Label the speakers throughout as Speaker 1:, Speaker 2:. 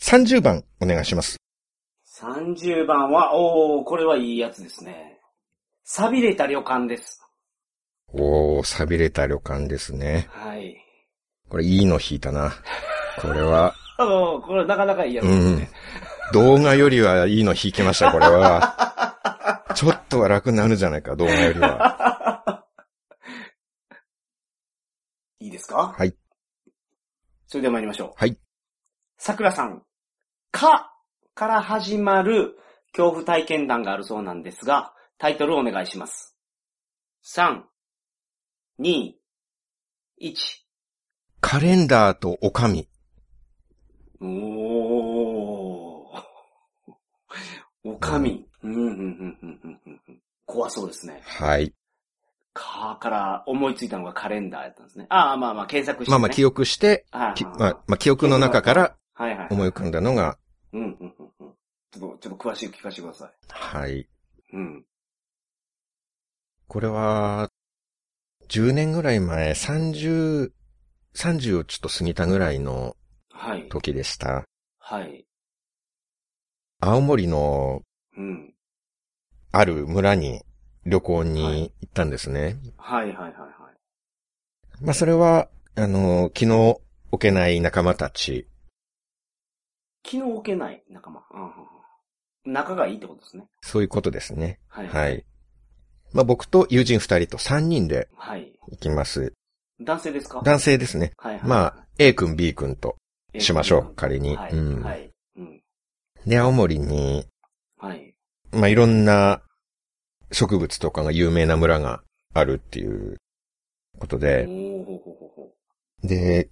Speaker 1: 30番お願いします。
Speaker 2: 30番は、おー、これはいいやつですね。錆びれた旅館です。
Speaker 1: おー、錆びれた旅館ですね。
Speaker 2: はい。
Speaker 1: これいいの引いたな。これは、
Speaker 2: あの、これなかなかいいやつ
Speaker 1: う
Speaker 2: ですね。
Speaker 1: ん。動画よりはいいの引きました、これは。ちょっとは楽になるじゃないか、動画よりは。
Speaker 2: いいですか
Speaker 1: はい。
Speaker 2: それでは参りましょう。
Speaker 1: はい。
Speaker 2: 桜さん、かから始まる恐怖体験談があるそうなんですが、タイトルをお願いします。3、2、1。
Speaker 1: カレンダーとおかみ。
Speaker 2: おー。おかみ。うんうんうんうんうんうんうん怖そうですね。
Speaker 1: はい。
Speaker 2: かから思いついたのがカレンダーやったんですね。ああ、まあまあ検索して、ね。
Speaker 1: まあまあ記憶して、
Speaker 2: はい
Speaker 1: き
Speaker 2: はい
Speaker 1: まあまあ記憶の中から
Speaker 2: はいはいはい。
Speaker 1: 思い浮かんだのが、
Speaker 2: うんうんうんうん。ちょっと、ちょっと詳しく聞かせてくださ
Speaker 1: はい。
Speaker 2: い。うん。
Speaker 1: これは、10年ぐらい前、30、30をちょっと過ぎたぐらいの
Speaker 2: はい。
Speaker 1: 時でした。
Speaker 2: はい。
Speaker 1: 青森の
Speaker 2: うん。
Speaker 1: ある村に旅行に行ったんですね。
Speaker 2: はいはいはいはい。
Speaker 1: まあそれは、あの、昨日置けない仲間たち。
Speaker 2: 気の置けない仲間。うんうんうん仲がいいってことですね。
Speaker 1: そういうことですね。
Speaker 2: はい。
Speaker 1: はい。まあ僕と友人二人と三人で
Speaker 2: はい。
Speaker 1: 行きます。
Speaker 2: 男性ですか
Speaker 1: 男性ですね。
Speaker 2: はいはい。
Speaker 1: まあ、A 君 B 君と
Speaker 2: えー
Speaker 1: しましょう、仮に。
Speaker 2: はい。
Speaker 1: うん
Speaker 2: はい。うん。
Speaker 1: で、青森に、
Speaker 2: はい。
Speaker 1: まあいろんな植物とかが有名な村があるっていうこと
Speaker 2: お
Speaker 1: で、
Speaker 2: ーほほほほ。
Speaker 1: で、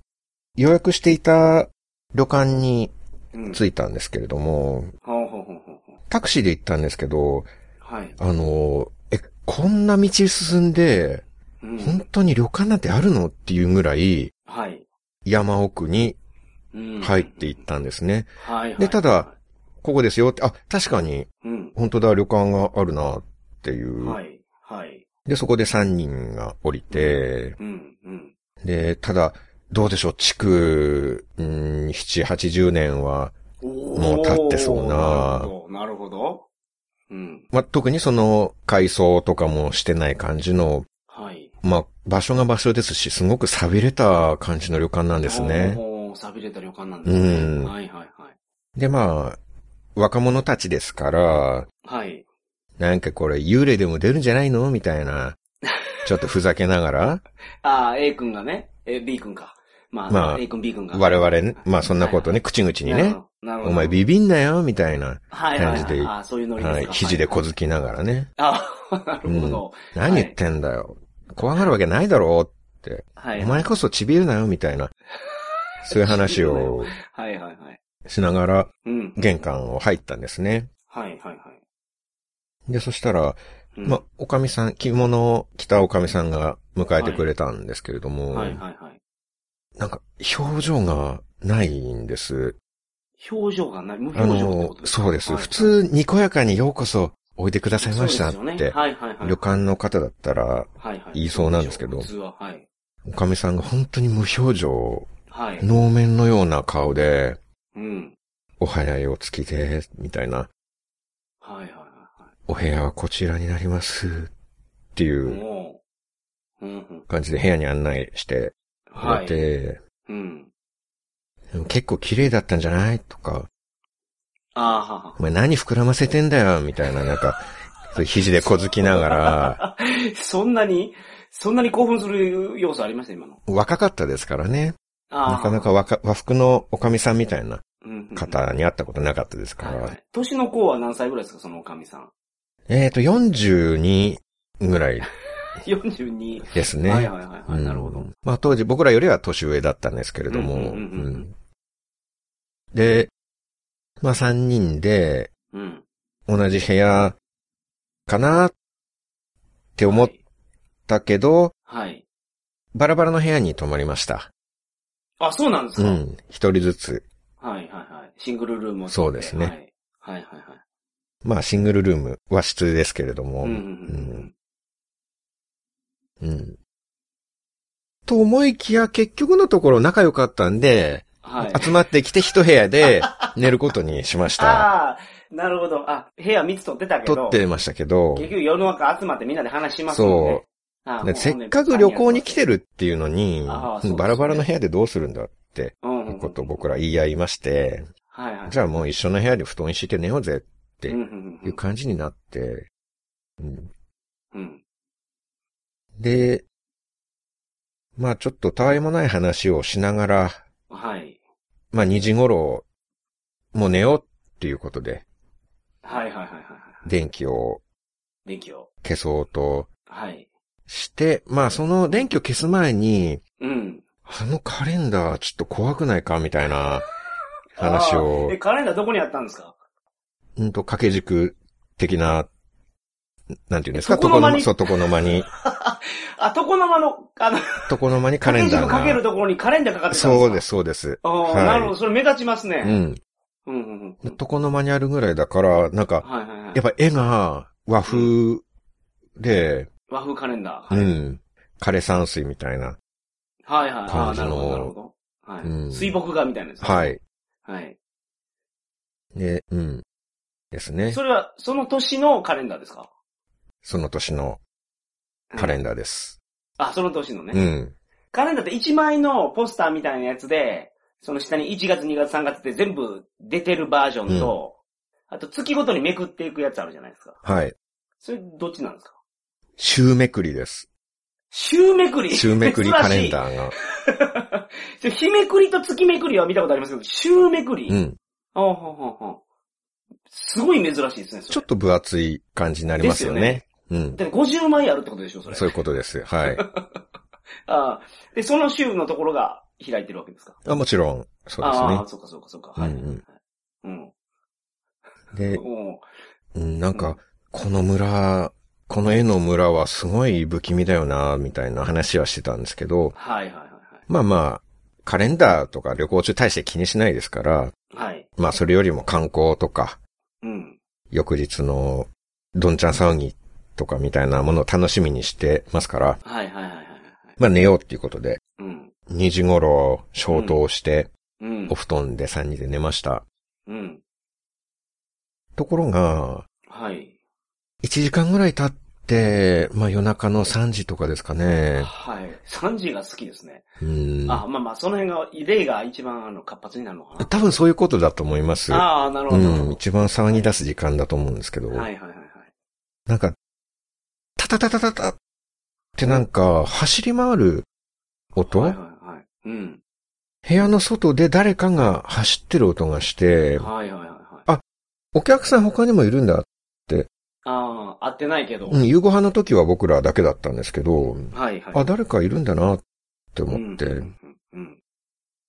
Speaker 1: 予約していた旅館に
Speaker 2: うん。
Speaker 1: 着いたんですけれども、
Speaker 2: ほうほうほうほうほう。
Speaker 1: タクシーで行ったんですけど、
Speaker 2: はい。
Speaker 1: あの、え、こんな道進んで、
Speaker 2: うん
Speaker 1: 本当に旅館なんてあるのっていうぐらい、
Speaker 2: はい。
Speaker 1: 山奥に
Speaker 2: うん
Speaker 1: 入っていっ。たんですね。
Speaker 2: はいはい。
Speaker 1: でただ、ここですよって、あ、確かに、
Speaker 2: うん。
Speaker 1: 本当だ、旅館があるな、っていう。
Speaker 2: はい。はい。
Speaker 1: で、そこで3人が降りて、
Speaker 2: うん。うん。
Speaker 1: で、ただ、どうでしょう、築、うん、7、80年は、
Speaker 2: も
Speaker 1: う立ってそうな
Speaker 2: なるほど。うん。
Speaker 1: まあ、特にその、改装とかもしてない感じの、
Speaker 2: はい。
Speaker 1: まあ、場所が場所ですし、すごく錆びれた感じの旅館なんですね。
Speaker 2: おー錆びれた旅館なんですね。
Speaker 1: うん
Speaker 2: はいはいはい。
Speaker 1: で、まあ、若者たちですから、
Speaker 2: はい。
Speaker 1: なんかこれ幽霊でも出るんじゃないのみたいな、ちょっとふざけなが ら、
Speaker 2: ああ、A 君がね、え、B 君か。まあ、
Speaker 1: まあ
Speaker 2: A 君 B 君が。
Speaker 1: 我々ね、まあそんなことね、口々に
Speaker 2: なるほ
Speaker 1: ね、
Speaker 2: ど。なるほど。
Speaker 1: お前ビビんなよ、みたいな、
Speaker 2: はいはいは
Speaker 1: 感
Speaker 2: い
Speaker 1: じで
Speaker 2: ああ、そういうノリですか。
Speaker 1: はい、肘で小
Speaker 2: ず。
Speaker 1: 突きながらね、
Speaker 2: ああ、なるほど。
Speaker 1: 何言ってんだよ、怖がるわけないだろ、
Speaker 2: はい。
Speaker 1: お前こそちびるなよ、みたいな、そういう話を
Speaker 2: はいはいはい。
Speaker 1: しながら
Speaker 2: うん。
Speaker 1: 玄関を入ったんですね。
Speaker 2: はいはいはい。
Speaker 1: で、そしたら、
Speaker 2: うん
Speaker 1: まあ、おかみさん、着物を着たおかみさんが迎えてくれたんですけれども、
Speaker 2: はいはいはい。
Speaker 1: なんか表情がないんです。
Speaker 2: 表情がない、無
Speaker 1: あ
Speaker 2: 表情って
Speaker 1: の
Speaker 2: こと、か
Speaker 1: そうです。
Speaker 2: はい
Speaker 1: 普通、にこやかにようこそおいでくださいましたっ
Speaker 2: そうですよ
Speaker 1: て
Speaker 2: ね、はいはいはい。
Speaker 1: 旅館の方だったら、
Speaker 2: はいはい
Speaker 1: 言いそうなんですけど
Speaker 2: 普通は、はい。
Speaker 1: おかみさんが本当に無表情、
Speaker 2: はい。
Speaker 1: 能面のような顔で、
Speaker 2: うん。
Speaker 1: お早いお月で、みたいな、
Speaker 2: はいはいは
Speaker 1: お部屋はこちらになります、ってい
Speaker 2: いはい。
Speaker 1: う
Speaker 2: もう。うんうん。
Speaker 1: 感じで部屋に案内してく
Speaker 2: は
Speaker 1: れ
Speaker 2: い。
Speaker 1: て、
Speaker 2: うん。
Speaker 1: でも結構綺麗だったんじゃないとか、
Speaker 2: あーはは
Speaker 1: お前何膨らませてんだよみたいな、なんか、そういう肘でこづきながら、
Speaker 2: そんなに、そんなに興奮する要素ありました、今の。
Speaker 1: 若かったですからね。
Speaker 2: あー
Speaker 1: なかなか、若和服のおかみさんみたいな
Speaker 2: うんうんうん
Speaker 1: 方に会ったことなかったですか
Speaker 2: はいは
Speaker 1: ら。
Speaker 2: い。年の子は何歳ぐらいですか、そのおかみさん。
Speaker 1: えっと、42ぐらい
Speaker 2: 42。
Speaker 1: です
Speaker 2: はい
Speaker 1: ね。
Speaker 2: はいはいうはい。
Speaker 1: ん
Speaker 2: なるほど。。
Speaker 1: まあ当時僕らよりは年上だったんですけれども。
Speaker 2: う
Speaker 1: う
Speaker 2: んうんうんうん
Speaker 1: んで、まあ3人で
Speaker 2: うん。
Speaker 1: 同じ部屋かなって思ったけど、
Speaker 2: はい。
Speaker 1: バラバラの部屋に泊まりました。
Speaker 2: あ、そうなんです
Speaker 1: う
Speaker 2: か
Speaker 1: ん。一人ずつ。
Speaker 2: はいはいはい。シングルルームを
Speaker 1: そうですね
Speaker 2: はいはいはいはい。
Speaker 1: まあ、シングルルーム、和室ですけれども。
Speaker 2: うんうん
Speaker 1: うん。と思いきや、結局のところ仲良かったんで、
Speaker 2: あはい。
Speaker 1: 集まってきて一部屋で寝ることにしました。
Speaker 2: ああー、なるほど。あ、部屋3つ取ってたけ
Speaker 1: 撮
Speaker 2: ど
Speaker 1: っ、てましたけど、
Speaker 2: 結局世の中集まってみんなで話しますもんね
Speaker 1: そ。
Speaker 2: あー
Speaker 1: う。せっかく旅行に来てるっていうのに
Speaker 2: あーそうです、ね
Speaker 1: バラバラの部屋でどうするんだって
Speaker 2: うんうん
Speaker 1: ことを僕ら言い合いまして、
Speaker 2: はいはい。
Speaker 1: じゃあもう一緒の部屋で布団敷いて寝ようぜて
Speaker 2: うんうん
Speaker 1: いう感じになって、うん
Speaker 2: うんうん
Speaker 1: で、まあちょっとたわいもない話をしながら、
Speaker 2: はい。
Speaker 1: まあ2時頃、もう寝ようっていうことで、
Speaker 2: はいはいはいはいはい。
Speaker 1: 電気を
Speaker 2: 電気を。
Speaker 1: 消そうと
Speaker 2: はい。
Speaker 1: して、まあその電気を消す前に、
Speaker 2: うん。
Speaker 1: あのカレンダーちょっと怖くないかみたいな話
Speaker 2: あー
Speaker 1: を
Speaker 2: え、、カレンダーどこにあったんですか
Speaker 1: うんと掛け軸的な、なんていうんですか、
Speaker 2: え床の間に
Speaker 1: そう、床の間に、
Speaker 2: あ、床の間の、あの、
Speaker 1: 床の間にカレンダー
Speaker 2: 掛け軸かける
Speaker 1: が。
Speaker 2: ところにカレンダーかかってたんですか。
Speaker 1: そうですす、そうです。
Speaker 2: あー
Speaker 1: はい
Speaker 2: なるほど。それ目立ちます
Speaker 1: う
Speaker 2: ね。
Speaker 1: ん。
Speaker 2: うん。うんうん。
Speaker 1: 床の間にあるぐらいだから、なんか、
Speaker 2: はいはいはい。
Speaker 1: やっぱ絵が和風で、
Speaker 2: 和風カレンダー。
Speaker 1: う
Speaker 2: はい
Speaker 1: ん。枯山水みたいな。
Speaker 2: はいはい。あ
Speaker 1: 感
Speaker 2: ー
Speaker 1: じ
Speaker 2: な
Speaker 1: の
Speaker 2: るほど、なるほど。は
Speaker 1: うん
Speaker 2: い。水墨画みたいなやつ。
Speaker 1: は。い。
Speaker 2: はい。
Speaker 1: で、うん。ですね。
Speaker 2: それは、その年のカレンダーですか
Speaker 1: その年のカレンダーです。
Speaker 2: あ、その年のね。
Speaker 1: うん。
Speaker 2: カレンダーって1枚のポスターみたいなやつで、その下に1月、2月、3月って全部出てるバージョンと、あと月ごとにめくっていくやつあるじゃないですか。
Speaker 1: はい。
Speaker 2: それどっちなんですか
Speaker 1: 週めくりです。
Speaker 2: 週めくり
Speaker 1: 週めくりカレン
Speaker 2: ー。
Speaker 1: ダーが。
Speaker 2: 珍しい日めくりと月めくりは見たことありますけど、週めくり、
Speaker 1: うん。
Speaker 2: あほうほうほうすごい珍しいですね、それ
Speaker 1: ちょっと分厚い感じになりますよね。うん。
Speaker 2: だって50枚あるってことでしょ、それ。
Speaker 1: そういうことです。 はい。
Speaker 2: あーで、その週のところが開いてるわけですか
Speaker 1: あもちろん、そうです
Speaker 2: あ
Speaker 1: ね
Speaker 2: あ、そうかそうかそうか。はい。
Speaker 1: うんうん
Speaker 2: うん。。
Speaker 1: で、
Speaker 2: も
Speaker 1: うん、なんか、この村、この絵の村はすごい不気味だよな、みたいな話はしてたんですけど
Speaker 2: う、はいはいはいはい。
Speaker 1: まあまあ、カレンダーとか旅行中大して気にしないですから、
Speaker 2: はい。
Speaker 1: まあそれよりも観光とか、
Speaker 2: うん。
Speaker 1: 翌日のどんちゃん騒ぎとかみたいなものを楽しみにしてますから、
Speaker 2: はいはいはいはいはい。
Speaker 1: まあ寝ようっていうことで、
Speaker 2: うん。
Speaker 1: 2時頃消灯して、
Speaker 2: うん
Speaker 1: お。布団で3人で寝ました。
Speaker 2: うん。
Speaker 1: ところが、
Speaker 2: はい。
Speaker 1: 1時間ぐらい経って、まあ夜中の3時とかですかね。
Speaker 2: はい。3時が好きですね。
Speaker 1: うん。
Speaker 2: あ、まあまあ、その辺が、例が一番あの活発になるのかな。
Speaker 1: 多分そういうことだと思います。
Speaker 2: ああ、なる
Speaker 1: う
Speaker 2: ほど。
Speaker 1: ん、一番騒ぎ出す時間だと思うんですけど、
Speaker 2: はいはいはいはい。
Speaker 1: なんか、タタタタタタってなんか走り回る音、
Speaker 2: はいはいはい。うん。
Speaker 1: 部屋の外で誰かが走ってる音がして、
Speaker 2: はいはいはいはい。
Speaker 1: お客さん他にもいるんだ。
Speaker 2: ああ、会ってないけど。
Speaker 1: うん、夕ご飯の時は僕らだけだったんですけど、
Speaker 2: はいはい。
Speaker 1: あ、誰かいるんだなって思って、
Speaker 2: うんうんうんうん。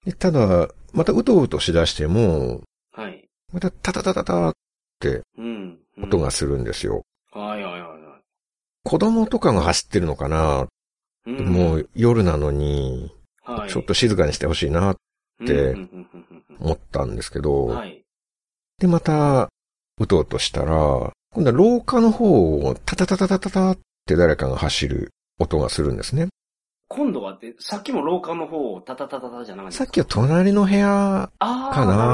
Speaker 1: でただ、またうとうとしだしても、
Speaker 2: はい。
Speaker 1: またタタタタタ
Speaker 2: うん。うん
Speaker 1: 音。がするんですよ。
Speaker 2: はいはいはいは。
Speaker 1: 子供とかが走ってるのかない
Speaker 2: ん
Speaker 1: も、う夜なのに、
Speaker 2: はい
Speaker 1: ちょっと静かにしてほしいなとて
Speaker 2: うんうんうんうん
Speaker 1: 思ったんですけ
Speaker 2: う
Speaker 1: ど、
Speaker 2: んはい。
Speaker 1: で、また、うとうとしたら、今度は廊下の方をタタタタタタタって誰かが走る音がするんですね。
Speaker 2: 今度はって、さっきも廊下の方をタタタタタじゃなかった
Speaker 1: さっきは隣の部屋
Speaker 2: ああ、
Speaker 1: か
Speaker 2: る
Speaker 1: な
Speaker 2: ほど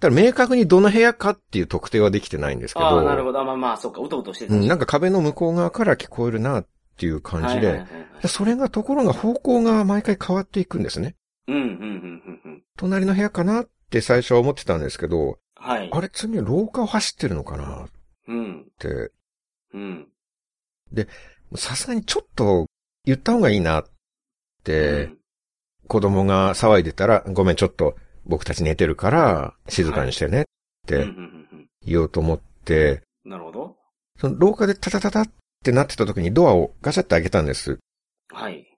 Speaker 1: だから明確にどの部屋かっていう特定はできてないんですけど、
Speaker 2: ああ、なるほど。あまあまあ、そっか、うとうとしてた
Speaker 1: うん、
Speaker 2: し
Speaker 1: なんか壁の向こう側から聞こえるなっていう感じで、
Speaker 2: はいはいはいはい
Speaker 1: それがところが方向が毎回変わっていくんですね。
Speaker 2: うん、うん、うん、うん。うん
Speaker 1: 隣の部屋かなって最初は思ってたんですけど、
Speaker 2: はい。
Speaker 1: あれ、次は廊下を走ってるのかなっ
Speaker 2: うん、
Speaker 1: て、
Speaker 2: うん。
Speaker 1: さすがにちょっと言った方がいいなって、
Speaker 2: うん
Speaker 1: 子供が騒いでたら、ごめん、ちょっと僕たち寝てるから静かにしてねっ
Speaker 2: うん、うん、う
Speaker 1: て
Speaker 2: ん
Speaker 1: 言おうと思って、
Speaker 2: うん。なるほど。
Speaker 1: その廊下でタタタタってなってた時にドアをガチャって開けたんです。
Speaker 2: はい。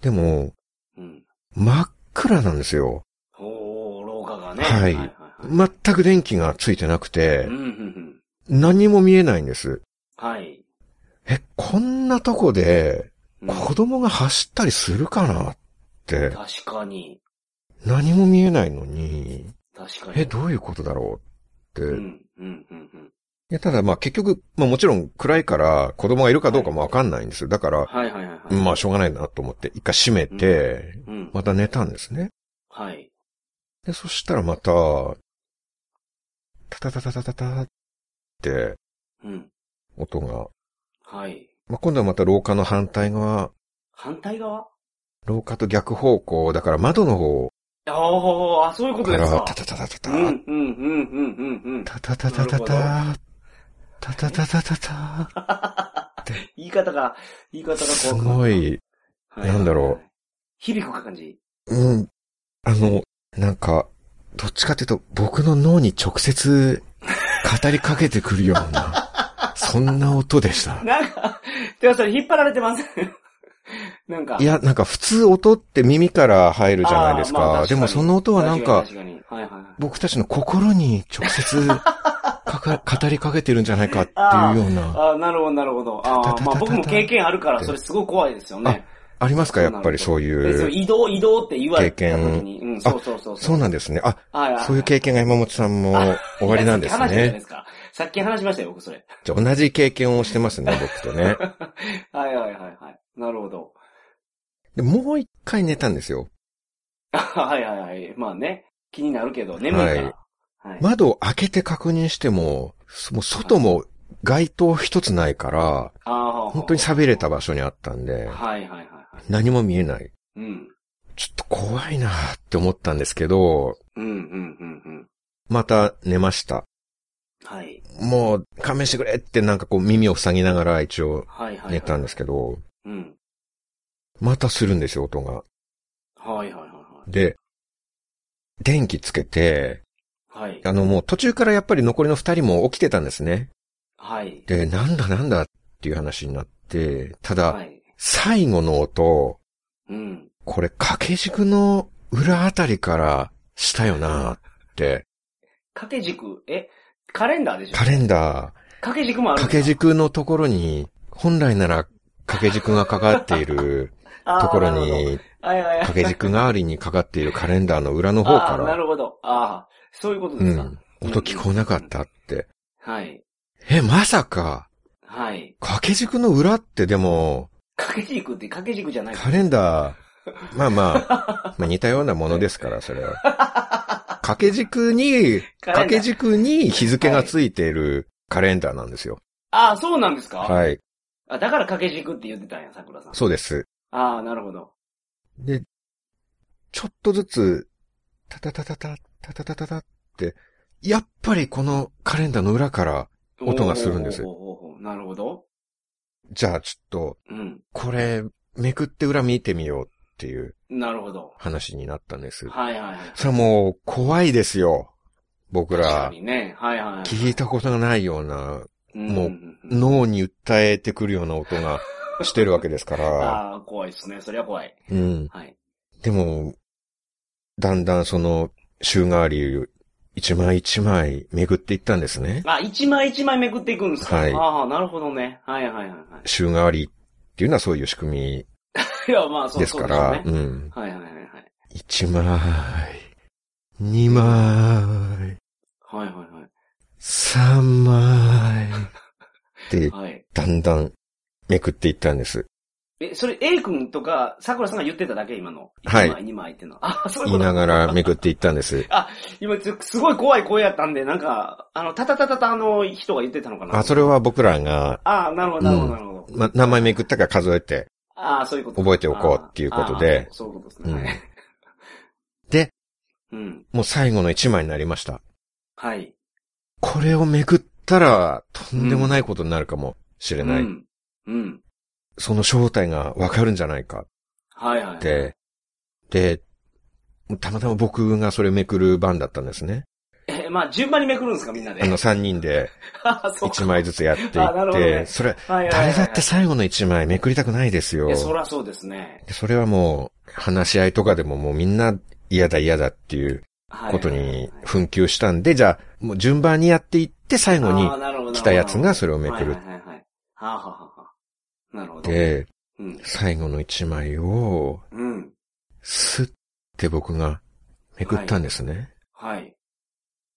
Speaker 1: でも、
Speaker 2: うん。
Speaker 1: 真っ暗なんですよ。
Speaker 2: おー、廊下がね。
Speaker 1: はい
Speaker 2: はいは
Speaker 1: 全く電気がついてなく
Speaker 2: い
Speaker 1: て
Speaker 2: うん、う、ん、うん。
Speaker 1: 何も見えないんです。
Speaker 2: はい。
Speaker 1: え、こんなとこで
Speaker 2: うん
Speaker 1: 子供が走ったりするかなって、
Speaker 2: 確かに。
Speaker 1: 何も見えないのに、
Speaker 2: 確かに。
Speaker 1: え、どういうことだろう
Speaker 2: う
Speaker 1: って。
Speaker 2: ん、うん、うん、うん。
Speaker 1: いや、ただまあ結局、まあもちろん暗いから子供がいるかどうかもわかんないんですよ。だから、
Speaker 2: はい、はい、はい。はい
Speaker 1: まあ、しょうがないなと思って、一回閉めて、
Speaker 2: うん。
Speaker 1: また寝たんですね。
Speaker 2: はい。
Speaker 1: で、そしたらまた、タタタタタタタって
Speaker 2: うん。
Speaker 1: 音が、
Speaker 2: はい。
Speaker 1: まあ、今度はまた廊下の反対側、
Speaker 2: 反対側
Speaker 1: 廊下と逆方向、だから窓の方
Speaker 2: ああ、そういうこと
Speaker 1: か
Speaker 2: です
Speaker 1: ら、
Speaker 2: か
Speaker 1: タ。タタタタ
Speaker 2: う
Speaker 1: タ、
Speaker 2: ん、うん、うん、うん、うん、うん。
Speaker 1: タタタタタタ、タタタタタタ、
Speaker 2: 言い方が、言い方が怖く
Speaker 1: す
Speaker 2: なる
Speaker 1: ご。い、
Speaker 2: は
Speaker 1: なんだろ
Speaker 2: う。響く感じ。
Speaker 1: うん。あの、なんか、どっちかっていうと、僕の脳に直接語りかけてくるような、そんな音でした。
Speaker 2: なんか、てかそれ引っ張られてます。 なんか。
Speaker 1: いや、なんか普通音って耳から入るじゃないですか。
Speaker 2: あーまあ確か
Speaker 1: で
Speaker 2: に
Speaker 1: もその音はなんか、
Speaker 2: 確かに。確かにはいはいはい。
Speaker 1: 僕たちの心に直接かか語りかけてるんじゃないかっていうような。あ
Speaker 2: ああ、なるほど、なるほど。あ
Speaker 1: たたた
Speaker 2: あ、
Speaker 1: た
Speaker 2: まあ僕も経験あるから、それすごい怖いですよね。
Speaker 1: りますかやっぱりそう
Speaker 2: えそ
Speaker 1: い
Speaker 2: う
Speaker 1: う。
Speaker 2: 移動、移動って言われた時に。うん、
Speaker 1: あ
Speaker 2: そうそうそう。
Speaker 1: そう
Speaker 2: う
Speaker 1: なんですね。あ、
Speaker 2: はいはい
Speaker 1: そういう経験が山本さんも終わりなんです
Speaker 2: いやさっき話したじゃない
Speaker 1: ね
Speaker 2: で。すか。さっき話しましたよ、僕それ。
Speaker 1: じゃあ同じ経験をしてますね、僕 とね。
Speaker 2: はいはいはいはい。なるほど。
Speaker 1: でもう一回寝たんですよ。
Speaker 2: あ はいはいはい。まあね。気になるけど、眠いから。はい。
Speaker 1: 窓を開けて確認しても、そもう外も街灯一つないから、
Speaker 2: ああ、
Speaker 1: 本当に寂れた場所にあったんで、
Speaker 2: はいはいはいはい。
Speaker 1: 何も見えない。
Speaker 2: うん。
Speaker 1: ちょっと怖いなーって思ったんですけど、
Speaker 2: うんうんうんうん。
Speaker 1: また寝ました。
Speaker 2: はい。
Speaker 1: もう勘弁してくれってなんかこう耳を塞ぎながら一応
Speaker 2: はいはい、はい。
Speaker 1: 寝たんですけど、
Speaker 2: うん。
Speaker 1: またするんですよ、音が。
Speaker 2: はいはいはい
Speaker 1: で、電気つけて、
Speaker 2: はい。はい。
Speaker 1: あのもう途中からやっぱり残りの二人も起きてたんですね。
Speaker 2: はい。
Speaker 1: で、なんだなんだっていう話になって、ただ、
Speaker 2: はい。
Speaker 1: 最後の音、
Speaker 2: うん。
Speaker 1: これ掛け軸の裏あたりからしたよなって、
Speaker 2: 掛け軸、えカレンダーでしょ
Speaker 1: カレンダー、
Speaker 2: 掛け軸もあるんだ
Speaker 1: 掛け軸のところに、本来なら掛け軸がかかっているところ、に、
Speaker 2: あーなるほどはいはいはい
Speaker 1: 掛け軸代わりにかかっているカレンダーの裏の方
Speaker 2: あーな
Speaker 1: か
Speaker 2: るほど。ああ、そういうこと
Speaker 1: ら、う
Speaker 2: ですか。
Speaker 1: ん、音聞こえなかったって。
Speaker 2: はい。
Speaker 1: え、まさか、
Speaker 2: はい。
Speaker 1: 掛け軸の裏ってでも、
Speaker 2: 掛け軸って掛け軸じゃない
Speaker 1: カレンダー、まあま あ、まあ似たようなものですから、それは。掛け軸に、
Speaker 2: カレンダー
Speaker 1: 掛け軸に日付がついているカレンダーなんですよ。
Speaker 2: ああ、そうなんですかい。
Speaker 1: はい。
Speaker 2: あ、だから掛け軸って言ってたんや、桜さん。
Speaker 1: そうです。
Speaker 2: ああ、なるほど。
Speaker 1: で、ちょっとずつ、タタタタタ、タタタタタって、やっぱりこのカレンダーの裏から、音がするんです
Speaker 2: おーおーおーおーなるほど。
Speaker 1: じゃあちょっと、
Speaker 2: うん。
Speaker 1: これ、めくって裏見てみようっていう
Speaker 2: なるほど。
Speaker 1: 話になったんです。
Speaker 2: はいはいはい。
Speaker 1: それはもう、怖いですよ。僕、
Speaker 2: 確からにね。はいはいはい。
Speaker 1: 聞いたことがないような、も
Speaker 2: も
Speaker 1: う脳に訴えてくるような音 がしてるわけですから、
Speaker 2: ああ、怖いですね。それは怖い。
Speaker 1: うん。
Speaker 2: はい。
Speaker 1: でも、だんだんその、週替わり、一枚一枚巡っていったんですね。
Speaker 2: あ、一枚一枚めくっていくんですか
Speaker 1: はい
Speaker 2: ああ、なるほどね。はいはいはい はい。
Speaker 1: 週替わりっていうのはそういう仕組
Speaker 2: いや、まあ、そ
Speaker 1: みで
Speaker 2: う
Speaker 1: すから、う
Speaker 2: そうで
Speaker 1: ん。
Speaker 2: すよね。はいはいはいはい。
Speaker 1: 一枚、二枚、
Speaker 2: はいはい
Speaker 1: 三 枚、で、
Speaker 2: はい。はい。
Speaker 1: だんだんめくっていったんです。
Speaker 2: え、それ A 君とか、桜さんが言ってただけ今の。
Speaker 1: はい
Speaker 2: 1枚2枚っていうのは。あ、そういう
Speaker 1: 言い
Speaker 2: こと
Speaker 1: ながらめくっていったんです。
Speaker 2: 今つ、すごい怖い声やったんで、なんか、あの、タタタタタの人が言ってたのかな。
Speaker 1: あ、それは僕らが、
Speaker 2: ああ、なるほど、なるほど、なるほど。
Speaker 1: ま、何枚めくったか数えて、
Speaker 2: ああ、そういうこと。
Speaker 1: 覚えておこうっていうことで
Speaker 2: ああそうそういうことです
Speaker 1: う
Speaker 2: ね
Speaker 1: ん
Speaker 2: はい。。
Speaker 1: で、
Speaker 2: うん。
Speaker 1: もう最後の一枚になりました。
Speaker 2: はい。
Speaker 1: これをめくったら、とんでもないことになるかもしれ
Speaker 2: う
Speaker 1: ない。
Speaker 2: ん。うん。
Speaker 1: その正体がわかるんじゃないか
Speaker 2: はいはい。
Speaker 1: って、で、たまたま僕がそれめくる番だったんですね。
Speaker 2: え、まあ、順番にめくるんですか、みんなで。
Speaker 1: あの、3人で
Speaker 2: あ あ、そうか
Speaker 1: 1枚ずつやっていっ
Speaker 2: あなるほど
Speaker 1: て、
Speaker 2: ね
Speaker 1: それ、
Speaker 2: はいはいはいは
Speaker 1: 誰
Speaker 2: い
Speaker 1: だって最後の1枚めくりたくないですよ
Speaker 2: い。や、そらそうですね。
Speaker 1: でそれはもう、話し合いとかでももうみんな嫌だ嫌だっていう
Speaker 2: はい
Speaker 1: ことに紛糾したんで、じゃあ、もう順番にやっていって最後に来たやつがそれをめくる
Speaker 2: はいはいはいはい。はあ、はあはあ、なるほど。
Speaker 1: で、
Speaker 2: うん。
Speaker 1: 最後の1枚を、
Speaker 2: うん。
Speaker 1: スッて僕がめくったんですね。
Speaker 2: はい。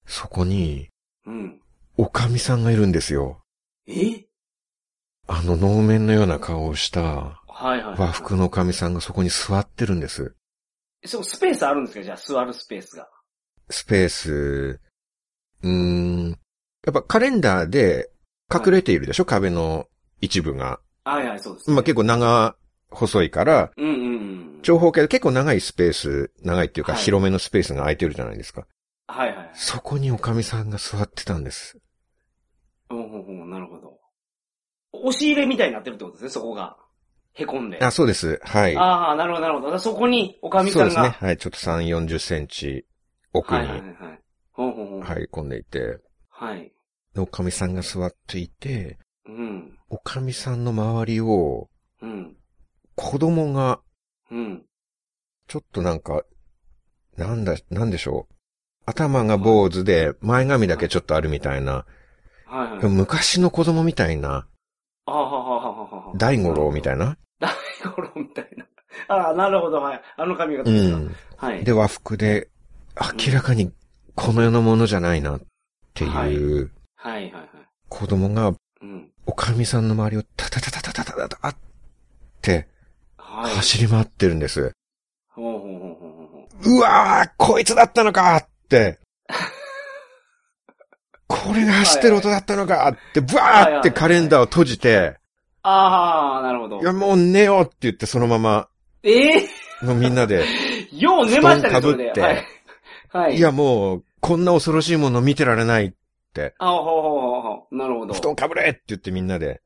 Speaker 1: そこに、
Speaker 2: うん。
Speaker 1: おかみさんがいるんですよ。
Speaker 2: え
Speaker 1: あの、能面のような顔をした、
Speaker 2: はいはいはい。
Speaker 1: 和服のおかみさんがそこに座ってるんです。
Speaker 2: そう、スペースあるんですかじゃあ、座るスペースが。
Speaker 1: スペース、うーん、やっぱカレンダーで隠れているでしょ、壁の一部が。
Speaker 2: はいはい、そうです、
Speaker 1: まあ、結
Speaker 2: 構。
Speaker 1: 構長、細いから、
Speaker 2: うんうんうん。
Speaker 1: 長方形で結構長いスペース、長いっていうか
Speaker 2: はい
Speaker 1: 広めのスペースが空いてるじゃないですか。
Speaker 2: はいはい。
Speaker 1: そこにおかみさんが座ってたんです。
Speaker 2: うんうんうん、なるほど。押し入れみたいになってるってことですね、そこが。凹んで。
Speaker 1: あ、そうです。はい。
Speaker 2: ああ、なるほど、なるほど。だからそこに、おかみ
Speaker 1: そう
Speaker 2: さ
Speaker 1: です
Speaker 2: ん
Speaker 1: ね。
Speaker 2: が。
Speaker 1: はい。ちょっと3、40センチ奥
Speaker 2: はいはい
Speaker 1: に
Speaker 2: はい。ほうほうほう。はい。
Speaker 1: 入り込んでいて、
Speaker 2: はい。
Speaker 1: でおかみさんが座っていて、
Speaker 2: うん。
Speaker 1: おかみさんの周りを
Speaker 2: うん。
Speaker 1: 子供が
Speaker 2: うん。
Speaker 1: ちょっとなんか、なんだ、なんでしょう。頭が坊主で前髪だけちょっとあるみたいな、
Speaker 2: はいはい。
Speaker 1: 昔の子供みたいな、
Speaker 2: ああ、はははははは。
Speaker 1: 大五郎みた
Speaker 2: い
Speaker 1: いな。
Speaker 2: な。大五郎みたいな。ああ、なるほど、はい。あの髪型
Speaker 1: う
Speaker 2: ですか。
Speaker 1: ん。
Speaker 2: はい。
Speaker 1: で、和服で、明らかにこの世のものじゃないなっていう
Speaker 2: はいはいはい。
Speaker 1: 子供が、
Speaker 2: うん。
Speaker 1: おかみさんの周りをタタタタタタタタタって
Speaker 2: はい。
Speaker 1: 走り回ってるんです。
Speaker 2: ほうほうほうほうほうほう。
Speaker 1: うわーこいつだったのか って。これが走ってる音だったのかって、ブワーってカレンダーを閉じて、
Speaker 2: ああ、なるほど
Speaker 1: いや。もう寝ようって言ってそのまま
Speaker 2: ええ
Speaker 1: のみんなで、
Speaker 2: よう寝ましたね、それ
Speaker 1: 布
Speaker 2: で。
Speaker 1: 団
Speaker 2: は
Speaker 1: 被
Speaker 2: い。はい。
Speaker 1: いやもうこんな恐ろしいもの見てられない、
Speaker 2: あ、ほうほうほうほう。なるほど。
Speaker 1: 布団かぶれって言ってみんな で。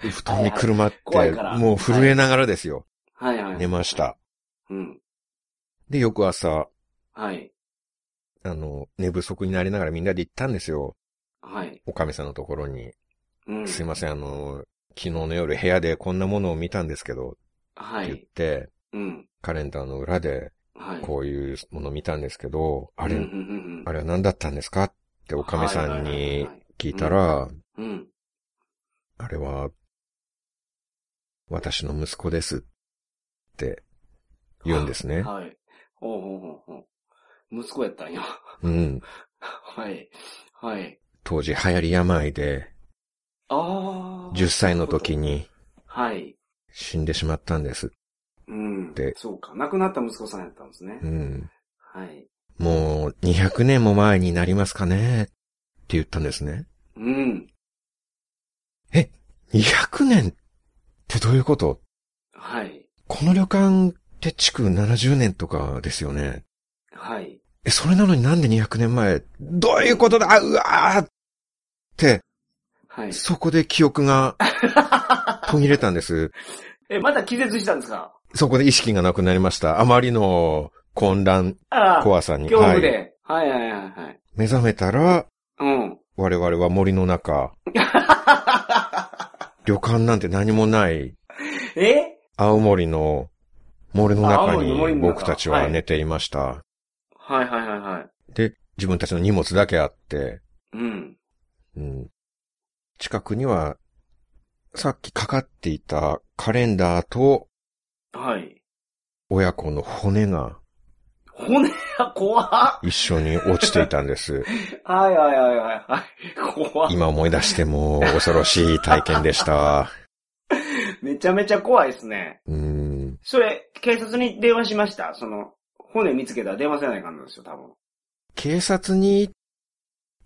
Speaker 1: 布団にくるまって、
Speaker 2: 怖いから
Speaker 1: もう震えながらですよ。
Speaker 2: はいはい。
Speaker 1: 寝まし。た。
Speaker 2: うん。
Speaker 1: で、翌朝、
Speaker 2: はい。
Speaker 1: あの、寝不足になりながらみんなで行ったんですよ。
Speaker 2: はい。
Speaker 1: おかみさんのところに。
Speaker 2: うん。
Speaker 1: すいません、あの、昨日の夜部屋でこんなものを見たんですけど、
Speaker 2: は
Speaker 1: って言っ
Speaker 2: い。
Speaker 1: て、
Speaker 2: うん。
Speaker 1: カレンダーの裏で
Speaker 2: はい。
Speaker 1: こういうもの見たんですけど、あれ、
Speaker 2: うんうんうんうん
Speaker 1: あれは何だったんですかっておかみさん
Speaker 2: はいはいはい
Speaker 1: に
Speaker 2: はい
Speaker 1: 聞いたら、
Speaker 2: うん。
Speaker 1: あれは、私の息子ですって言うんですね。
Speaker 2: はい。ほうほうほうほう。息子やったんや。
Speaker 1: うん。
Speaker 2: はい。はい。
Speaker 1: 当時流行り病で
Speaker 2: ああ。
Speaker 1: 10歳の時。に
Speaker 2: はい。
Speaker 1: 死んでしまったんです。
Speaker 2: うん。
Speaker 1: で
Speaker 2: そうか。亡くなった息子さんやったんですね
Speaker 1: う。ん。
Speaker 2: はい。
Speaker 1: もう200年も前になりますかねって言ったんですね。
Speaker 2: うん。
Speaker 1: 200年ってどういうこと
Speaker 2: はい。
Speaker 1: この旅館って築70年とかですよね。
Speaker 2: はい。
Speaker 1: え、それなのになんで200年前どういうことだうわーって、
Speaker 2: はい。
Speaker 1: そこで記憶が途切れたんです。
Speaker 2: え、まだ気絶したんですか
Speaker 1: そこで意識がなくなりました。あまりの混乱、
Speaker 2: ああ。
Speaker 1: 怖さに。
Speaker 2: 恐怖
Speaker 1: はい
Speaker 2: で。はいはいはいはい。
Speaker 1: 目覚めたら、
Speaker 2: うん。
Speaker 1: 我々は森の 中、旅館なんて何もない、
Speaker 2: え
Speaker 1: 青森の森の
Speaker 2: あ青
Speaker 1: 中
Speaker 2: 森の森
Speaker 1: に
Speaker 2: の中
Speaker 1: 僕たちは寝ていました。
Speaker 2: はいはいはいはい。
Speaker 1: で、自分たちの荷物だけあって、
Speaker 2: うん。
Speaker 1: うん近くには、さっきかかっていたカレンダーと
Speaker 2: はい。
Speaker 1: 親子の骨が
Speaker 2: 骨が怖っ
Speaker 1: 一緒に落ちていたんです。
Speaker 2: はいはいはいはいはい。怖っ
Speaker 1: 今思い出しても恐ろしい体験でした。
Speaker 2: めちゃめちゃ怖いですね。
Speaker 1: うん
Speaker 2: それ、警察に電話しましたその、骨見つけたら電話せないかんなんですよ、多分。
Speaker 1: 警察にっ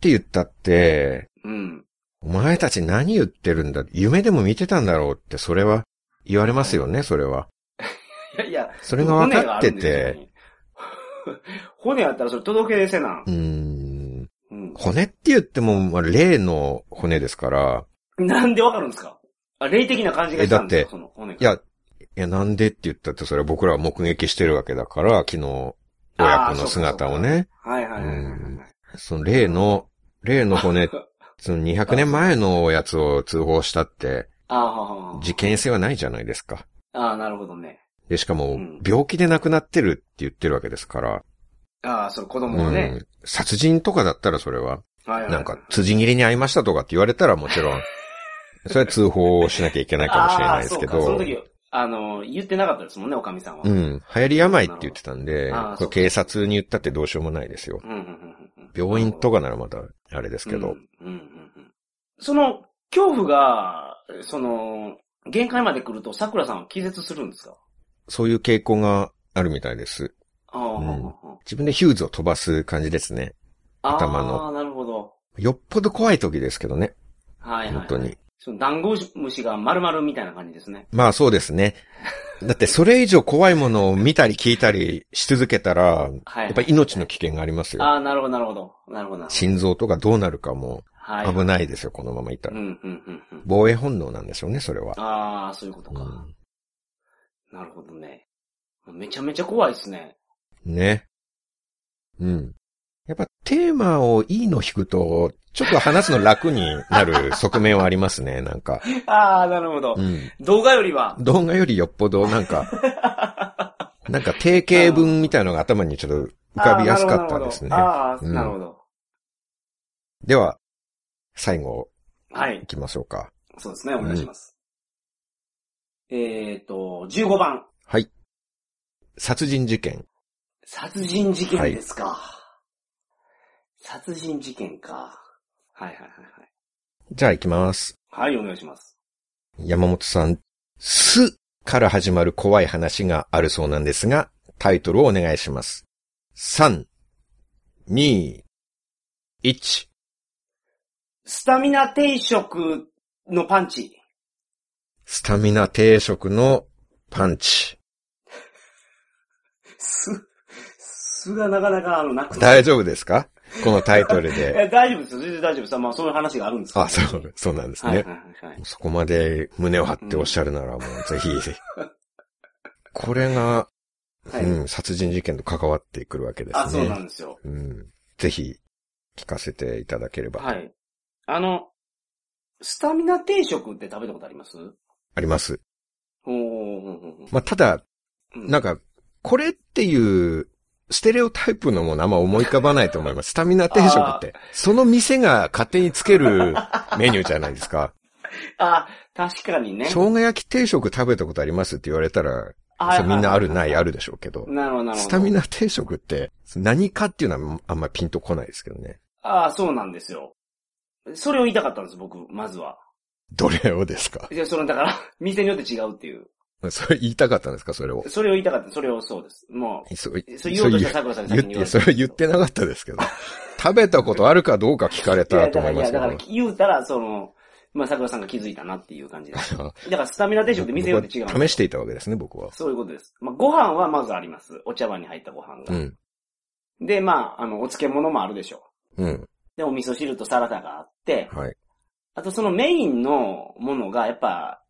Speaker 1: て言ったって、
Speaker 2: うん。
Speaker 1: お前たち何言ってるんだ夢でも見てたんだろうって、それは言われますよね、それは。
Speaker 2: いやいや、
Speaker 1: それが分かってて、
Speaker 2: 骨があるんですよ。骨あったらそれ届け出せな
Speaker 1: う。ん
Speaker 2: うん。
Speaker 1: 骨って言っても、まあ霊の骨ですから、
Speaker 2: なんでわかるんですかあ、霊的な感じがしたんですかその骨が。
Speaker 1: いや、いや、なんでって言ったって、それは僕らは目撃してるわけだから、昨日、親子の姿をね、
Speaker 2: はいはいはいはいは
Speaker 1: うん
Speaker 2: い。
Speaker 1: その例の、例の骨、 その200年前のやつを通報したって、
Speaker 2: ああ、ははは
Speaker 1: 事件性はないじゃないですか。
Speaker 2: ああ、なるほどね。
Speaker 1: で、しか
Speaker 2: う
Speaker 1: も
Speaker 2: ん、
Speaker 1: 病気で亡くなってるって言ってるわけですから、
Speaker 2: ああ、その子供
Speaker 1: う
Speaker 2: のね。
Speaker 1: ん、殺人とかだったらそれは、
Speaker 2: はいはい。
Speaker 1: なんか、辻切りに会いましたとかって言われたらもちろ ん、それは通報をしなきゃいけないかもしれないですけ
Speaker 2: ああ
Speaker 1: ど、
Speaker 2: そうかその時、あの、言ってなかったですもんね、おかみさんは。
Speaker 1: う
Speaker 2: うん。
Speaker 1: ん。流行り病って言ってたんで
Speaker 2: なるほどあー、
Speaker 1: これ警察に言ったってどうしようもないですよ。
Speaker 2: うんうんうんうん
Speaker 1: 病院とかならまだあれですけど。
Speaker 2: うんうんうんうんその、恐怖が、その、限界まで来ると、桜さんは気絶するんですか
Speaker 1: そういう傾向があるみたいです。
Speaker 2: ああ、
Speaker 1: うん
Speaker 2: ああ
Speaker 1: 自分でヒューズを飛ばす感じですね。
Speaker 2: ああ
Speaker 1: 頭
Speaker 2: ああ、
Speaker 1: の
Speaker 2: なるほど。
Speaker 1: よっぽど怖い時ですけどね。
Speaker 2: はい、はい。
Speaker 1: 本当に。
Speaker 2: その、ダンゴムシが丸々みたいな感じですね。
Speaker 1: まあそうですね。だってそれ以上怖いものを見たり聞いたりし続けたら、
Speaker 2: はい。
Speaker 1: やっぱり命の危険がありますよ。
Speaker 2: ああ、なるほど、なるほど。なるほどな。
Speaker 1: 心臓とかどうなるかも
Speaker 2: はい。
Speaker 1: 危ないですよ、このままいた
Speaker 2: うん、
Speaker 1: ら。
Speaker 2: うん、うん、うん。
Speaker 1: 防衛本能なんでしょうね、それは。
Speaker 2: ああ、そういうこと
Speaker 1: う
Speaker 2: か。なるほどね。めちゃめちゃ怖いですね。
Speaker 1: ん、ね。うん。やっぱテーマをいいの引くと、ちょっと話すの楽になる側面はありますね、なん か。
Speaker 2: ああ、なるほど
Speaker 1: う。ん。
Speaker 2: 動画よりは、
Speaker 1: 動画よりよっぽどなんか、 なんか定型文みたいのが頭にちょっと浮かびやすかったですね。
Speaker 2: ああ、
Speaker 1: うん
Speaker 2: なるほど。
Speaker 1: では、最後、
Speaker 2: はい
Speaker 1: 行。きましょうか。
Speaker 2: そうですね、お願いします。えっ、と、15番、
Speaker 1: はい。殺人事件。
Speaker 2: 殺人事件ですか。殺人事件か。はいはいはい
Speaker 1: じゃあ行きます。
Speaker 2: はい。はい、お願いします。
Speaker 1: 山本さん、すから始まる怖い話があるそうなんですが、タイトルをお願いします。3、2、1。
Speaker 2: スタミナ定食のパンチ。
Speaker 1: スタミナ定食のパンチ。
Speaker 2: す、すがなかなかあの、なくて。
Speaker 1: 大丈夫ですかこのタイトルで。
Speaker 2: え大丈夫ですよ。全然大丈夫です。まあ、そういう話があるんですけど
Speaker 1: あ、そう、そうなんですね。
Speaker 2: はいはいはいはい。
Speaker 1: そこまで胸を張っておっしゃるならもうぜひ、 これが、
Speaker 2: はい
Speaker 1: うん、殺人事件と関わってくるわけですね。
Speaker 2: あ、そうなんですよ。
Speaker 1: うん。ぜひ、聞かせていただければ。
Speaker 2: はい。あの、スタミナ定食って食べたことあります
Speaker 1: あります。
Speaker 2: おー
Speaker 1: まあ、ただ、
Speaker 2: うん
Speaker 1: なんか、これっていう、ステレオタイプのものあんま思い浮かばないと思います。スタミナ定食って。その店が勝手につけるメニューじゃないですか。
Speaker 2: あ、確かにね。
Speaker 1: 生姜焼き定食食べたことありますって言われたら、
Speaker 2: はい
Speaker 1: そ
Speaker 2: は
Speaker 1: う
Speaker 2: いはい
Speaker 1: みんなあるないあるでしょうけど。
Speaker 2: なるほど、なるほど。
Speaker 1: スタミナ定食って何かっていうのはあんまピンとこないですけどね。
Speaker 2: ああ、そうなんですよ。それを言いたかったんです、僕、まずは。
Speaker 1: どれをですか
Speaker 2: いや、その、だから、 店によって違うっていう。
Speaker 1: それ言いたかったんですかそれを。
Speaker 2: それを言いたかった、それをそうです。も
Speaker 1: そう
Speaker 2: う、それ言おうとした
Speaker 1: そう
Speaker 2: 桜さんに
Speaker 1: 言う
Speaker 2: 先に
Speaker 1: 言
Speaker 2: 言
Speaker 1: っ
Speaker 2: わ
Speaker 1: て、それ言ってなかったですけど。食べたことあるかどうか聞かれたらと思います
Speaker 2: い
Speaker 1: け
Speaker 2: や、だ
Speaker 1: ど
Speaker 2: から、だ。から言うたら、その、まあ、桜さんが気づいたなっていう感 じです。だ
Speaker 1: あ
Speaker 2: から、スタミナ定食って店によって違う。
Speaker 1: 僕は試していたわけですね、僕は。
Speaker 2: そういうことです。まあ、ご飯はまずあります。お茶碗に入ったご飯
Speaker 1: う
Speaker 2: が。
Speaker 1: ん。
Speaker 2: で、まあ、あの、お漬物もあるでしょ
Speaker 1: うん。
Speaker 2: で、お味噌汁とサラダがあって、
Speaker 1: はい。
Speaker 2: あとそのメインのものが、やっぱ、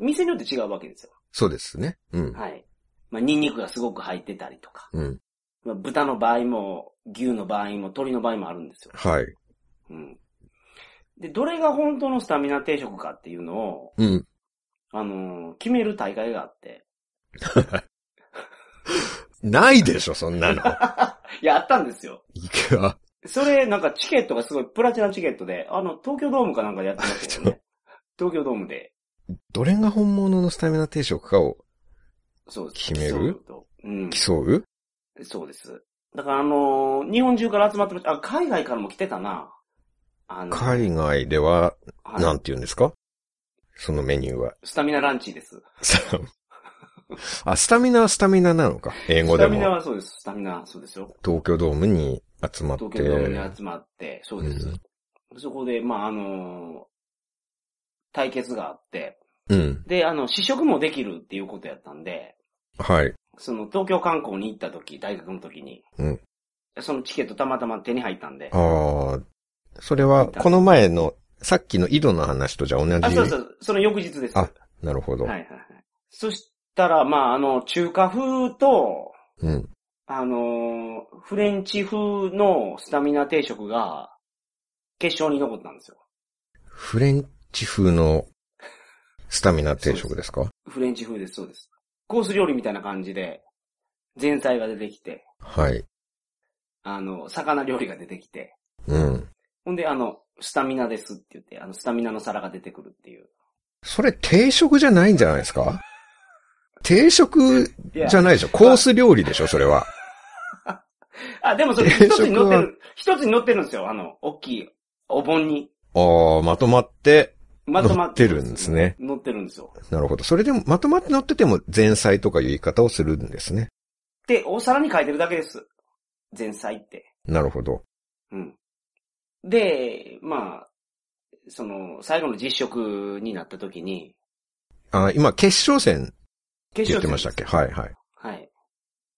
Speaker 2: 店によって違うわけですよ。
Speaker 1: そうですね。うん。
Speaker 2: はい。まあ、ニンニクがすごく入ってたりとか、
Speaker 1: うん。
Speaker 2: まあ、豚の場合も、牛の場合も、鶏の場合もあるんですよ。
Speaker 1: はい。
Speaker 2: うん。で、どれが本当のスタミナ定食かっていうのを、
Speaker 1: うん。
Speaker 2: あのー決める大会があって。
Speaker 1: ないでしょ、そん なの。
Speaker 2: いや、あったんですよ。
Speaker 1: いくわ。
Speaker 2: それ、なんかチケットがすごい、プラチナチケットで、あの、東京ドームかなんかでやってましたよね。東京ドームで。
Speaker 1: どれが本物のスタミナ定食かを
Speaker 2: そうです。
Speaker 1: 決める
Speaker 2: 競うとうん。
Speaker 1: 競う
Speaker 2: そうです。だからあのー日本中から集まってました。あ、海外からも来てたな。あの、
Speaker 1: 海外では、
Speaker 2: はい
Speaker 1: なんて言うんですかそのメニューは。
Speaker 2: スタミナランチです。
Speaker 1: さあ、スタミナはスタミナなのか。英語
Speaker 2: ス
Speaker 1: で
Speaker 2: タミナ
Speaker 1: も。
Speaker 2: はそうです。スタミナ、そうですよ。
Speaker 1: 東京ドームに集まって。
Speaker 2: 東京ドームに集まって、そうです。
Speaker 1: うん
Speaker 2: そこで、まあ、あのー対決があって、
Speaker 1: うん。
Speaker 2: で、あの、試食もできるっていうことやったんで、
Speaker 1: はい。
Speaker 2: その東京観光に行った時、大学の時に、
Speaker 1: うん
Speaker 2: そのチケットたまたま手に入ったんで、
Speaker 1: ああ、それは、この前の、さっきの井戸の話とじゃあ同じ。
Speaker 2: あ、そうそう、その翌日です。
Speaker 1: あなるほど。
Speaker 2: はいはいはい。そしたら、まあ、あの、中華風と、
Speaker 1: うん。
Speaker 2: あのーフレンチ風のスタミナ定食が、決勝に残ったんですよ。
Speaker 1: フレンチ風のスタミナ定食ですか
Speaker 2: フレンチ風です、そうです。コース料理みたいな感じで、前菜が出てきて、
Speaker 1: はい。
Speaker 2: あの、魚料理が出てきて、
Speaker 1: うん。
Speaker 2: ほんで、あの、スタミナですって言って、あの、スタミナの皿が出てくるっていう。
Speaker 1: それ定食じゃないんじゃないですか定食
Speaker 2: いや
Speaker 1: じゃないでしょ。コース料理でしょ、それは。
Speaker 2: あ、でもそれ
Speaker 1: 定
Speaker 2: 一
Speaker 1: 食
Speaker 2: つ
Speaker 1: は
Speaker 2: に乗ってる、一つに乗ってるんですよ、あの、大きいお盆に。
Speaker 1: ああ、まとまって、
Speaker 2: まとま
Speaker 1: 乗ってるんですね
Speaker 2: 乗ってるんですよ。
Speaker 1: なるほど。それでも、まとまって乗ってても前菜とかいう言い方をするんですね。
Speaker 2: って、お皿に書いてるだけです。前菜って。
Speaker 1: なるほど。
Speaker 2: うん。で、まあ、その、最後の実食になった時に、
Speaker 1: あ、今、決勝戦って
Speaker 2: 決
Speaker 1: 言っ
Speaker 2: 勝
Speaker 1: て
Speaker 2: 戦
Speaker 1: ましたっけはいはい。
Speaker 2: はい。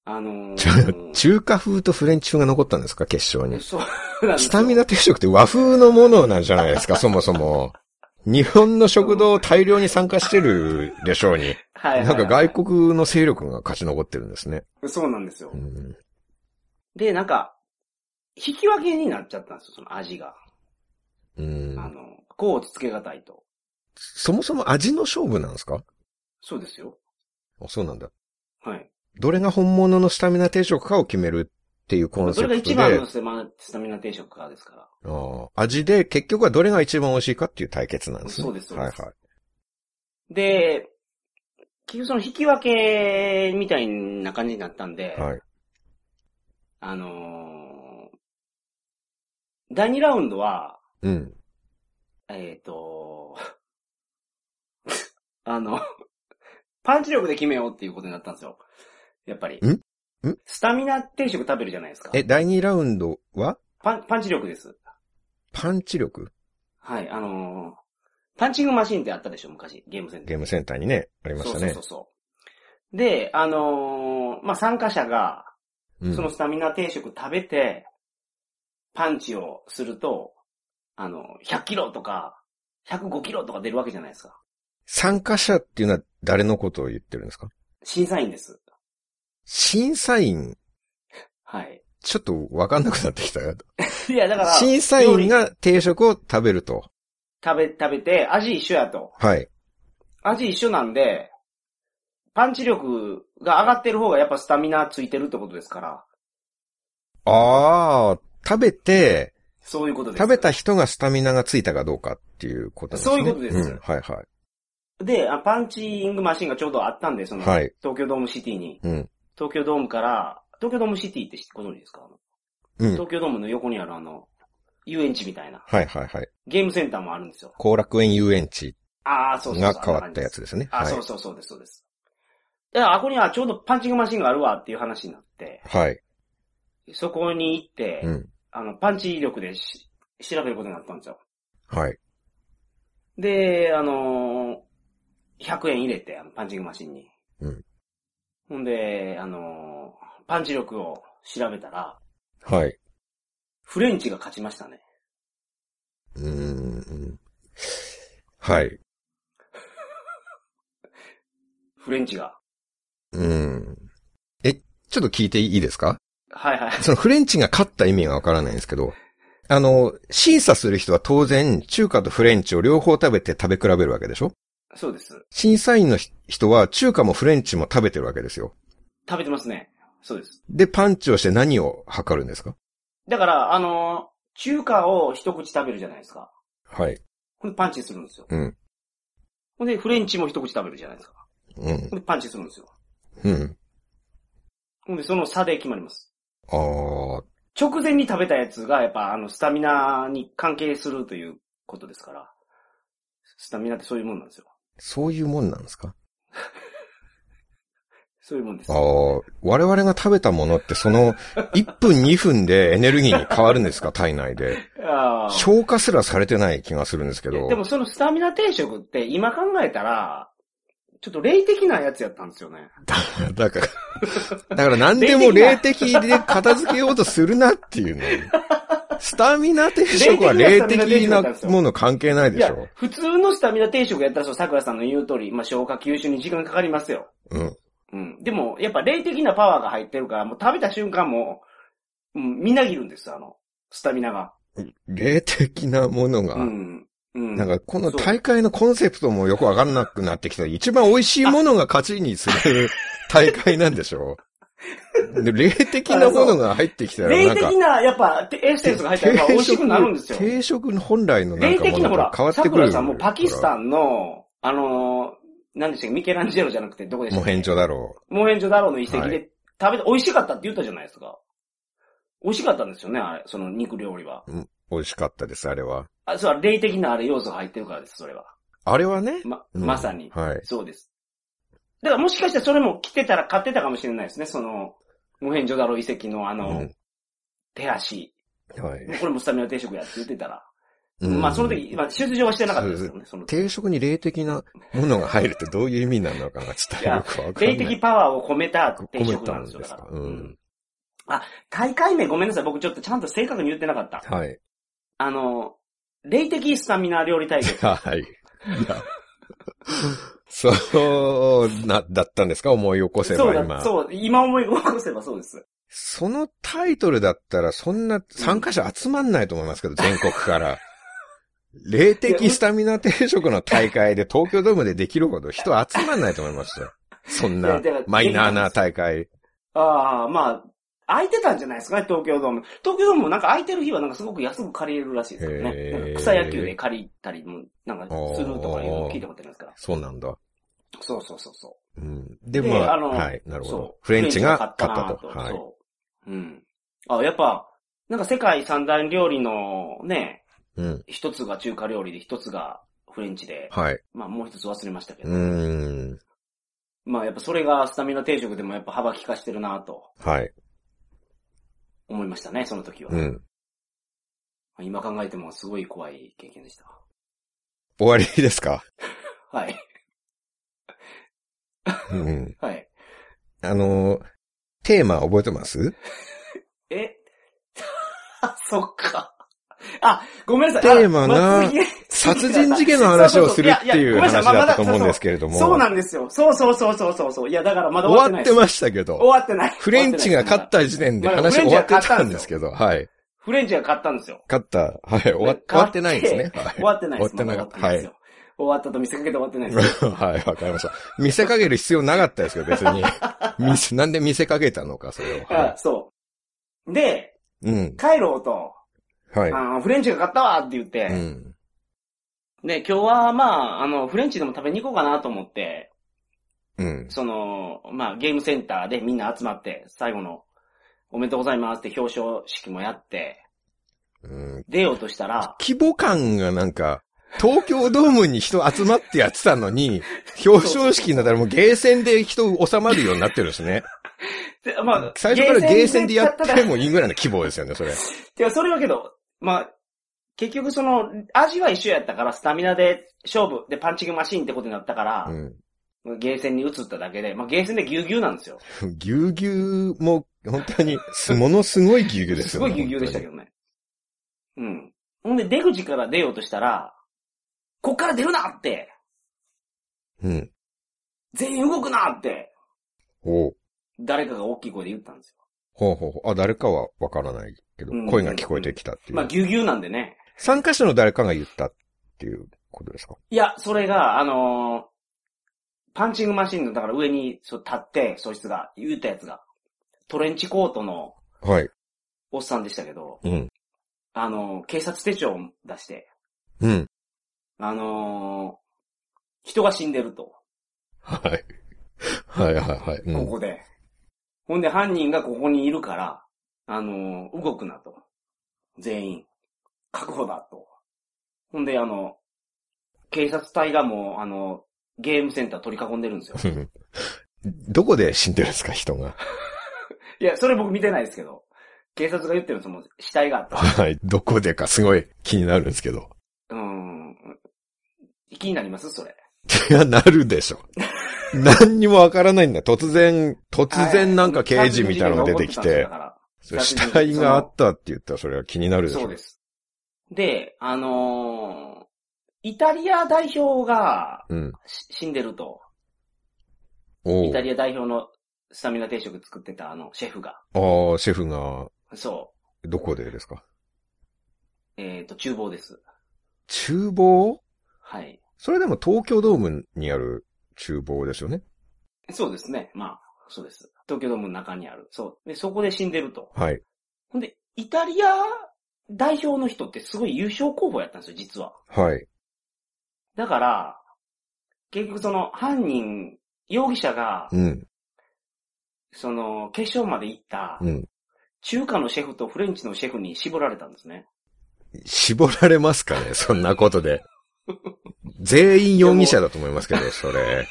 Speaker 2: あのー
Speaker 1: じゃあ、中華風とフレンチ風が残ったんですか決勝に。
Speaker 2: そうなんです
Speaker 1: ス
Speaker 2: よ
Speaker 1: タミナ定食って和風のものなんじゃない ですかそもそも。日本の食堂大量に参加してるでしょうに。
Speaker 2: はいはい
Speaker 1: な
Speaker 2: は
Speaker 1: ん
Speaker 2: い
Speaker 1: か外国の勢力が勝ち残ってるんですね。
Speaker 2: そうなんですよ
Speaker 1: う。ん
Speaker 2: で、なんか、引き分けになっちゃったんですよ、その味が。
Speaker 1: う
Speaker 2: あ
Speaker 1: ん、
Speaker 2: の、こうつけがたいと。
Speaker 1: そもそも味の勝負なんですか
Speaker 2: そうですよ。
Speaker 1: あそうなんだ。
Speaker 2: はい。
Speaker 1: どれが本物のスタミナ定食かを決めるっていうコンセ
Speaker 2: それ
Speaker 1: プ
Speaker 2: が一
Speaker 1: ト
Speaker 2: 番
Speaker 1: で
Speaker 2: の、スタミナスタミナ定食からですから。
Speaker 1: あー味で結局はどれが一番美味しいかっていう対決なんですね。
Speaker 2: そうですそう
Speaker 1: はい
Speaker 2: で
Speaker 1: は
Speaker 2: す
Speaker 1: い。
Speaker 2: で、結局その引き分けみたいな感じになったんで、
Speaker 1: はい。
Speaker 2: あのー第2ラウンドは、
Speaker 1: うん。
Speaker 2: えっ、と あの、パンチ力で決めようっていうことになったんですよ。やっぱり。
Speaker 1: んん
Speaker 2: スタミナ定食食べるじゃないですか。
Speaker 1: え、第2ラウンドは
Speaker 2: パン、パンチ力です。
Speaker 1: パンチ力
Speaker 2: はい、あのーパンチングマシンってあったでしょ、昔。ゲームセンター。
Speaker 1: ゲームセンターにね、ありましたね
Speaker 2: そうそう。そうそう。で、あのーまあ、参加者が、
Speaker 1: うん
Speaker 2: そのスタミナ定食食べて、パンチをすると、あの、100キロとか、105キロとか出るわけじゃないですか。
Speaker 1: 参加者っていうのは誰のことを言ってるんですか
Speaker 2: 審査員です。
Speaker 1: 審査員、
Speaker 2: はい。
Speaker 1: ちょっとわかんなくなってきたよ。
Speaker 2: いや、だから、
Speaker 1: 審査員が定食を食べると。
Speaker 2: 食べ、食べて、味一緒やと。
Speaker 1: はい。
Speaker 2: 味一緒なんで、パンチ力が上がってる方がやっぱスタミナついてるってことですから。
Speaker 1: ああ、食べて、
Speaker 2: そういうことです。
Speaker 1: 食べた人がスタミナがついたかどうかっていうことですね。
Speaker 2: そういうことです
Speaker 1: んはいは
Speaker 2: で、あパンチングマシンがちょうどあったんで、そ
Speaker 1: い。
Speaker 2: の、
Speaker 1: はい。
Speaker 2: 東京ドームシティに。
Speaker 1: うん。
Speaker 2: 東京ドームから、東京ドームシティって知ってご存知ですか
Speaker 1: うん。
Speaker 2: 東京ドームの横にあるあの、遊園地みたいな。
Speaker 1: はいはいはい。
Speaker 2: ゲームセンターもあるんですよ。
Speaker 1: 後楽園遊園地
Speaker 2: ああ、そうそう
Speaker 1: が
Speaker 2: そう。
Speaker 1: 変わったやつですね。は
Speaker 2: あ、
Speaker 1: い
Speaker 2: そうそうそうです、そうです。だから、あこにはちょうどパンチングマシンがあるわっていう話になって、
Speaker 1: はい。
Speaker 2: そこに行って、
Speaker 1: うん。
Speaker 2: あの、パンチ力でし調べることになったんですよ。
Speaker 1: はい。
Speaker 2: で、あのー100円入れて、あのパンチングマシンに。
Speaker 1: うん
Speaker 2: ほんで、あのーパンチ力を調べたら、
Speaker 1: はい。
Speaker 2: フレンチが勝ちましたね。
Speaker 1: うーん。はい。
Speaker 2: フレンチが。
Speaker 1: うん。え、ちょっと聞いていいですか
Speaker 2: はいはい。
Speaker 1: そのフレンチが勝った意味がわからないんですけど、あの、審査する人は当然、中華とフレンチを両方食べて食べ比べるわけでしょ
Speaker 2: そうです。
Speaker 1: 審査員のひ人は中華もフレンチも食べてるわけですよ。
Speaker 2: 食べてますね。そうです。
Speaker 1: で、パンチをして何を測るんですか
Speaker 2: だから、あのー中華を一口食べるじゃないですか。
Speaker 1: はい。
Speaker 2: ほんでパンチするんですよ。
Speaker 1: うん。
Speaker 2: ほんで、フレンチも一口食べるじゃないですか。
Speaker 1: うん
Speaker 2: ほ。んで、パンチするんですよ。
Speaker 1: うん。
Speaker 2: ほんで、その差で決まります。
Speaker 1: あー、
Speaker 2: 直前に食べたやつが、やっぱ、あの、スタミナに関係するということですから。スタミナってそういうもんなんですよ。
Speaker 1: そういうもんなんですか
Speaker 2: そういうもんです
Speaker 1: あ。ー、我々が食べたものってその1分2分でエネルギーに変わるんですか体内で。
Speaker 2: あー
Speaker 1: 消化すらされてない気がするんですけ
Speaker 2: いや
Speaker 1: ど。
Speaker 2: でも、そのスタミナ定食って、今考えたら、ちょっと霊的なやつやったんですよね。
Speaker 1: だから、だから何でも霊的で片付けようとするなっていうね。スタミナ定食は霊的なもの関係ない
Speaker 2: い
Speaker 1: でし
Speaker 2: や
Speaker 1: ょ。、
Speaker 2: 普通のスタミナ定食やったら、そう、桜さんの言う通り、まあ、消化吸収に時間かかりますよ。
Speaker 1: うん。
Speaker 2: うん。でも、やっぱ霊的なパワーが入ってるから、もう食べた瞬間も、うん、みなぎるんです、あの、スタミナが。
Speaker 1: 霊的なものが。
Speaker 2: うん。うん。
Speaker 1: なんか、この大会のコンセプトもよくわかんなくなってきた。一番美味しいものが勝ちにする大会なんでしょで霊的なものが入ってきたら、な
Speaker 2: 霊
Speaker 1: んか
Speaker 2: 的、な、やっぱ、てエッセンスが入ったら、やっぱ美味しくなるんですよ。
Speaker 1: 定食の本来のなん
Speaker 2: 霊
Speaker 1: かも
Speaker 2: 的な、
Speaker 1: の
Speaker 2: ほ
Speaker 1: が
Speaker 2: ら
Speaker 1: 変わ、ってく
Speaker 2: 桜
Speaker 1: る。
Speaker 2: さんもパキスタンの、あのー、何でしたっけ、ミケランジェロじゃなくて、どこでした
Speaker 1: も
Speaker 2: っけ
Speaker 1: 変状だろう。
Speaker 2: モヘンジョダロウの遺跡で、
Speaker 1: はい
Speaker 2: 食べて、美味しかったって言ったじゃないですか。美味しかったんですよね、あれ、その肉料理は。
Speaker 1: 美味しかったです、あれは。
Speaker 2: あ、それは霊的なあれ要素が入ってるからです、それは。
Speaker 1: あれはね。
Speaker 2: ま、
Speaker 1: うん
Speaker 2: まさに。
Speaker 1: はい。
Speaker 2: そうです。だからもしかしてそれも来てたら買ってたかもしれないですね、その、無変ジョダロ遺跡のあの、
Speaker 1: うん
Speaker 2: 手足。
Speaker 1: はい。
Speaker 2: これもスタミナ定食やって言ってたら。
Speaker 1: うん
Speaker 2: まあその時、まあ手術上はしてなかったですけどね、その時。
Speaker 1: 定食に霊的なものが入るってどういう意味なのかが伝えよくわかんな
Speaker 2: 霊
Speaker 1: い。
Speaker 2: 的パワーを込めた定
Speaker 1: 込め
Speaker 2: 食な
Speaker 1: た
Speaker 2: ん
Speaker 1: ん
Speaker 2: ですよ。
Speaker 1: です
Speaker 2: だから
Speaker 1: か。。うん。
Speaker 2: 大会名ごめんなさい、僕ちょっとちゃんと正確に言ってなかった。
Speaker 1: はい。
Speaker 2: あの、霊的スタミナ料理 対決。
Speaker 1: はい。いや。そう、な、だったんですか思い起こせ
Speaker 2: そう
Speaker 1: ば
Speaker 2: だ、
Speaker 1: 今。
Speaker 2: そう、今思い起こせばそうです。
Speaker 1: そのタイトルだったら、そんな参加者集まんないと思いますけど、全国から。霊的スタミナ定食の大会で東京ドームでできるほど人集まんないと思いますよ。そん
Speaker 2: い
Speaker 1: な
Speaker 2: やだから
Speaker 1: マイナーな大会。
Speaker 2: ああ、まあ、空いてたんじゃないですかね、東京ドーム。東京ドームもなんか空いてる日はなんかすごく安く借りれるらしいですから
Speaker 1: へ
Speaker 2: ね。
Speaker 1: え
Speaker 2: なんか草野球で借りたりも、なんかするとかいうのを聞いたことありますから。
Speaker 1: そうなんだ。
Speaker 2: そうそうそうそう。
Speaker 1: うん。で、
Speaker 2: で
Speaker 1: まあ、
Speaker 2: あの
Speaker 1: はい、なるほ
Speaker 2: そう
Speaker 1: ど。フレンチが勝った
Speaker 2: フ
Speaker 1: と。
Speaker 2: レンチが勝ったな
Speaker 1: はい。
Speaker 2: そう。うん。あ、やっぱ、なんか世界三大料理のね、
Speaker 1: うん。
Speaker 2: 一つが中華料理で一つがフレンチで、
Speaker 1: はい。
Speaker 2: まあもう一つ忘れましたけ
Speaker 1: う
Speaker 2: ど、
Speaker 1: ーん。
Speaker 2: まあやっぱそれがスタミナ定食でもやっぱ幅利かしてるなと
Speaker 1: はい。
Speaker 2: 思いましたね、その時は。
Speaker 1: うん。
Speaker 2: 今考えてもすごい怖い経験でした。
Speaker 1: 終わりですか
Speaker 2: はい。
Speaker 1: うん。
Speaker 2: はい。
Speaker 1: あの、テーマ覚えて ます
Speaker 2: えそっか。あ、ごめんなさい。
Speaker 1: テーマな
Speaker 2: あまあ次
Speaker 1: 殺人事件の話をするっていう
Speaker 2: そうそうそういやいやごめん
Speaker 1: 話
Speaker 2: なさい
Speaker 1: だったと
Speaker 2: まだ
Speaker 1: 思うんですけれども。
Speaker 2: そうなんですよ。そうそうそうそうそうそう。いや、だからまだ終わっ
Speaker 1: 終
Speaker 2: てな
Speaker 1: わ
Speaker 2: い
Speaker 1: っ
Speaker 2: で
Speaker 1: て
Speaker 2: す。
Speaker 1: ましたけど、
Speaker 2: 終わってない。
Speaker 1: フレンチが勝っ
Speaker 2: 終わってないで
Speaker 1: た
Speaker 2: す。
Speaker 1: 時点で
Speaker 2: まだ
Speaker 1: 話
Speaker 2: フレン
Speaker 1: 終
Speaker 2: チ
Speaker 1: わ
Speaker 2: が
Speaker 1: って
Speaker 2: 勝った
Speaker 1: た
Speaker 2: ん
Speaker 1: ん
Speaker 2: で
Speaker 1: ですすけど、はい。
Speaker 2: フレンチが勝ったんですよ。
Speaker 1: 勝った、はい。終わっ終わってないんですね。はい
Speaker 2: 終わってないです。
Speaker 1: 終わってなか
Speaker 2: まだ
Speaker 1: った
Speaker 2: 終わってないですよ。終わったと見せかけて終わってないです。
Speaker 1: はい、わかりました。見せかける必要なかったですけど、別 に。見せ、なんで見せかけたのか、それを。
Speaker 2: あ
Speaker 1: は
Speaker 2: そう。で、
Speaker 1: い。うん。
Speaker 2: 帰ろうと、
Speaker 1: はい。
Speaker 2: あのフレンチが勝ったわって言って、
Speaker 1: うん。
Speaker 2: で、今日はまあ、あの、フレンチでも食べに行こうかなと思って、
Speaker 1: うん。
Speaker 2: その、まあ、ゲームセンターでみんな集まって、最後の、おめでとうございますって表彰式もやって、
Speaker 1: うん。
Speaker 2: 出ようとしたら、
Speaker 1: 規模感がなんか、東京ドームに人集まってやってたのに、表彰式になったらもうゲーセンで人収まるようになってるんですね。
Speaker 2: でまあ、
Speaker 1: 最初からゲーセンでや
Speaker 2: た
Speaker 1: っ
Speaker 2: だ
Speaker 1: てもいいぐらいの規模ですよね、それ。
Speaker 2: いや、それはけど、まあ、結局その、味は一緒やったから、スタミナで勝負、で、パンチングマシーンってことになったから
Speaker 1: う、ん。
Speaker 2: ゲーセンに移っただけで、まあ、ゲーセンでギュうギュうなんですよ。
Speaker 1: ぎゅうぎゅうも、本当に、すものすごいぎゅうぎゅうです
Speaker 2: す
Speaker 1: よ
Speaker 2: ご
Speaker 1: ね。
Speaker 2: いギュうギュうでしたけ
Speaker 1: ど。
Speaker 2: どね。うん。ほんで、出口から出ようとしたら、こっから出るなって
Speaker 1: うん。
Speaker 2: 全員動くなって
Speaker 1: おう
Speaker 2: 誰かが大きい声で言ったんですよ。
Speaker 1: ほうほうほう。あ、誰かはわからないけど
Speaker 2: うん、
Speaker 1: 声が聞こえてきたってい
Speaker 2: まあ、
Speaker 1: う。
Speaker 2: ぎゅうぎゅうなんでね。
Speaker 1: 参加者の誰かが言ったっていうことですか
Speaker 2: いや、それが、あのーパンチングマシンの、だから上にそう立って、そいつが、言ったやつが、トレンチコートの
Speaker 1: はい。
Speaker 2: おっさんでしたけど、
Speaker 1: うん。
Speaker 2: あのー警察手帳を出して、
Speaker 1: うん。
Speaker 2: あのー人が死んでると、
Speaker 1: はい。はいはいはい。う
Speaker 2: こ
Speaker 1: ん
Speaker 2: こで。ほんで、犯人がここにいるから、あのー動くなと。全員、確保だと。ほんで、あの、警察隊がもう、あの、ゲームセンター取り囲んでるんですよ。
Speaker 1: うんどこで死んでるんですか、人が。
Speaker 2: いや、それ僕見てないですけど。警察が言ってるんですよ、もう死体があ った。
Speaker 1: はい。どこでかすごい気になるんですけど。
Speaker 2: うーん。気になりますそれ。
Speaker 1: いや、なるでしょ。何にもわからないんだ。突然、突然なんか刑事みたいなのが出てきて
Speaker 2: だ、か
Speaker 1: それ死体があったって言ったらそれは気になる
Speaker 2: ら
Speaker 1: でしょ。
Speaker 2: そうです。で、あのーイタリア代表が
Speaker 1: うん。
Speaker 2: し死んでると。
Speaker 1: お
Speaker 2: イタ
Speaker 1: う
Speaker 2: リア代表のスタミナ定食作ってたあの、シェフが。
Speaker 1: ああ、シェフが、
Speaker 2: そ
Speaker 1: どこでですか
Speaker 2: う。えっ、と、厨房です。
Speaker 1: 厨房
Speaker 2: はい。
Speaker 1: それでも東京ドームにある厨房ですよね。
Speaker 2: そうですね。まあ、そうです。東京ドームの中にある。そう。で、そこで死んでると。
Speaker 1: はい。
Speaker 2: ほんで、イタリア代表の人ってすごい優勝候補やったんですよ、実は。
Speaker 1: はい。
Speaker 2: だから、結局その犯人、容疑者が、
Speaker 1: うん。
Speaker 2: その、決勝まで行った
Speaker 1: う、ん。
Speaker 2: 中華のシェフとフレンチのシェフに絞られたんですね。
Speaker 1: 絞られますかね そんなことで。全員容疑者だと思いますけど、それ。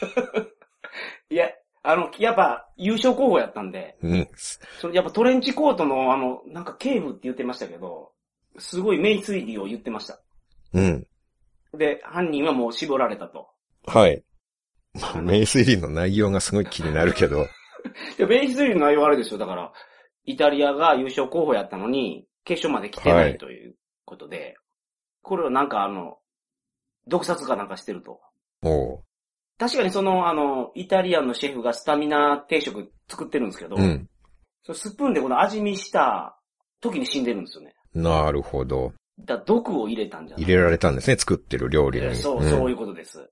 Speaker 2: いや、あの、やっぱ優勝候補やったんで、
Speaker 1: うん。
Speaker 2: そのやっぱトレンチコートのあの、なんか警部って言ってましたけど、すごい名推理を言ってました。
Speaker 1: うん。
Speaker 2: で、犯人はもう絞られたと。
Speaker 1: はい。まあ、名推理の内容がすごい気になるけど。
Speaker 2: いや、名推理の内容あるでしょ。だから、イタリアが優勝候補やったのに、決勝まで来てな
Speaker 1: はい
Speaker 2: いということで、これをなんかあの、毒殺かなんかしてると。
Speaker 1: おう。
Speaker 2: 確かにその、あの、イタリアンのシェフがスタミナ定食作ってるんですけど、
Speaker 1: うん。
Speaker 2: そのスプーンでこの味見した時に死んでるんですよね。
Speaker 1: なるほど。
Speaker 2: だから毒を入れたんじゃない
Speaker 1: 入れられたんですね、作ってる料理
Speaker 2: えー
Speaker 1: に。
Speaker 2: そう、
Speaker 1: ん
Speaker 2: そういうことです。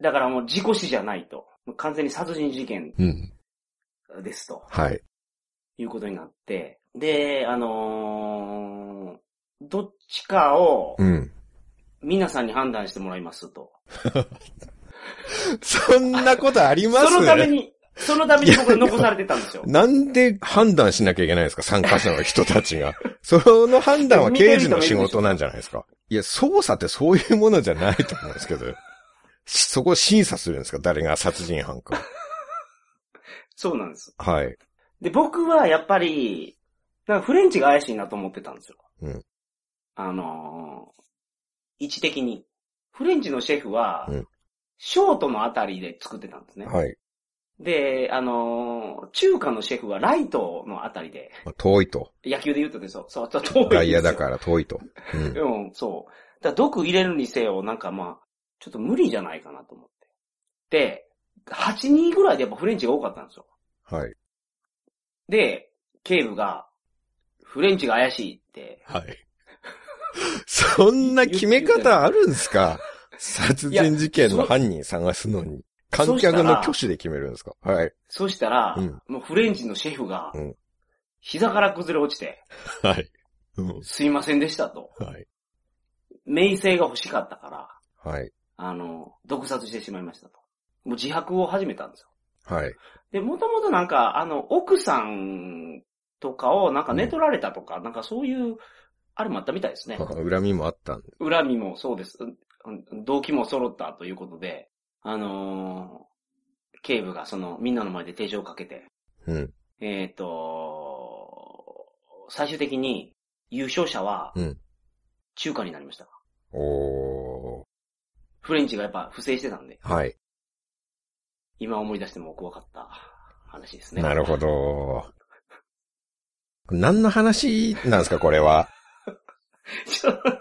Speaker 2: だからもう事故死じゃないと。もう完全に殺人事件
Speaker 1: うん。
Speaker 2: ですと
Speaker 1: はい。
Speaker 2: いうことになって。で、あのーどっちかを
Speaker 1: うん。
Speaker 2: 皆さんに判断してもらいますと。
Speaker 1: そんなことあります
Speaker 2: そのために、そのために僕は残されてたんですよ。
Speaker 1: なんで判断しなきゃいけないんですか参加者の人たちが。 その判断は刑事の仕事なんじゃないですかいや、捜査ってそういうものじゃないと思うんですけど。しそこを審査するんですか誰が殺人犯か。
Speaker 2: そうなんです。
Speaker 1: はい。
Speaker 2: で、僕はやっぱり、なんかフレンチが怪しいなと思ってたんですよ。
Speaker 1: うん
Speaker 2: あのー位置的に。フレンチのシェフは、
Speaker 1: うん
Speaker 2: ショートのあたりで作ってたんですね。
Speaker 1: はい。
Speaker 2: で、あのー中華のシェフはライトのあたりで、
Speaker 1: まあ遠いと。
Speaker 2: 野球で言うとでしょ。そう、ちょっと遠いんですよ。
Speaker 1: ダイヤだから遠いと。うん。
Speaker 2: うん、そう。だから毒入れるにせよ、なんかまあ、ちょっと無理じゃないかなと思って。で、8人ぐらいでやっぱフレンチが多かったんですよ。
Speaker 1: はい。
Speaker 2: で、警部が、フレンチが怪しいって。
Speaker 1: はい。そんな決め方あるんですか殺人事件の犯人探すのに。観客の挙手で決めるんですかはい。
Speaker 2: そしたら、
Speaker 1: うん
Speaker 2: もうフレンチのシェフが、
Speaker 1: うん
Speaker 2: 膝から崩れ落ちて、
Speaker 1: はい。うん。
Speaker 2: すいませんでしたと。
Speaker 1: はい。
Speaker 2: 名声が欲しかったから、
Speaker 1: はい。
Speaker 2: あの、毒殺してしまいましたと。もう自白を始めたんですよ。
Speaker 1: はい。
Speaker 2: で、もともとなんか、あの、奥さんとかをなんか寝取られたとか、なんかそういう、あれもあったみたいですね。
Speaker 1: 恨みもあったんで。
Speaker 2: 恨みもそうです。うんうん動機も揃ったということで、あのー警部がその、みんなの前で手錠をかけて、
Speaker 1: うん。
Speaker 2: えっ、と最終的に優勝者は
Speaker 1: うん、
Speaker 2: 中華になりました。
Speaker 1: おー。
Speaker 2: フレンチがやっぱ不正してたんで、
Speaker 1: はい。
Speaker 2: 今思い出しても怖かった話ですね。
Speaker 1: なるほど。何の話なんですか、これは。
Speaker 2: ちょ っと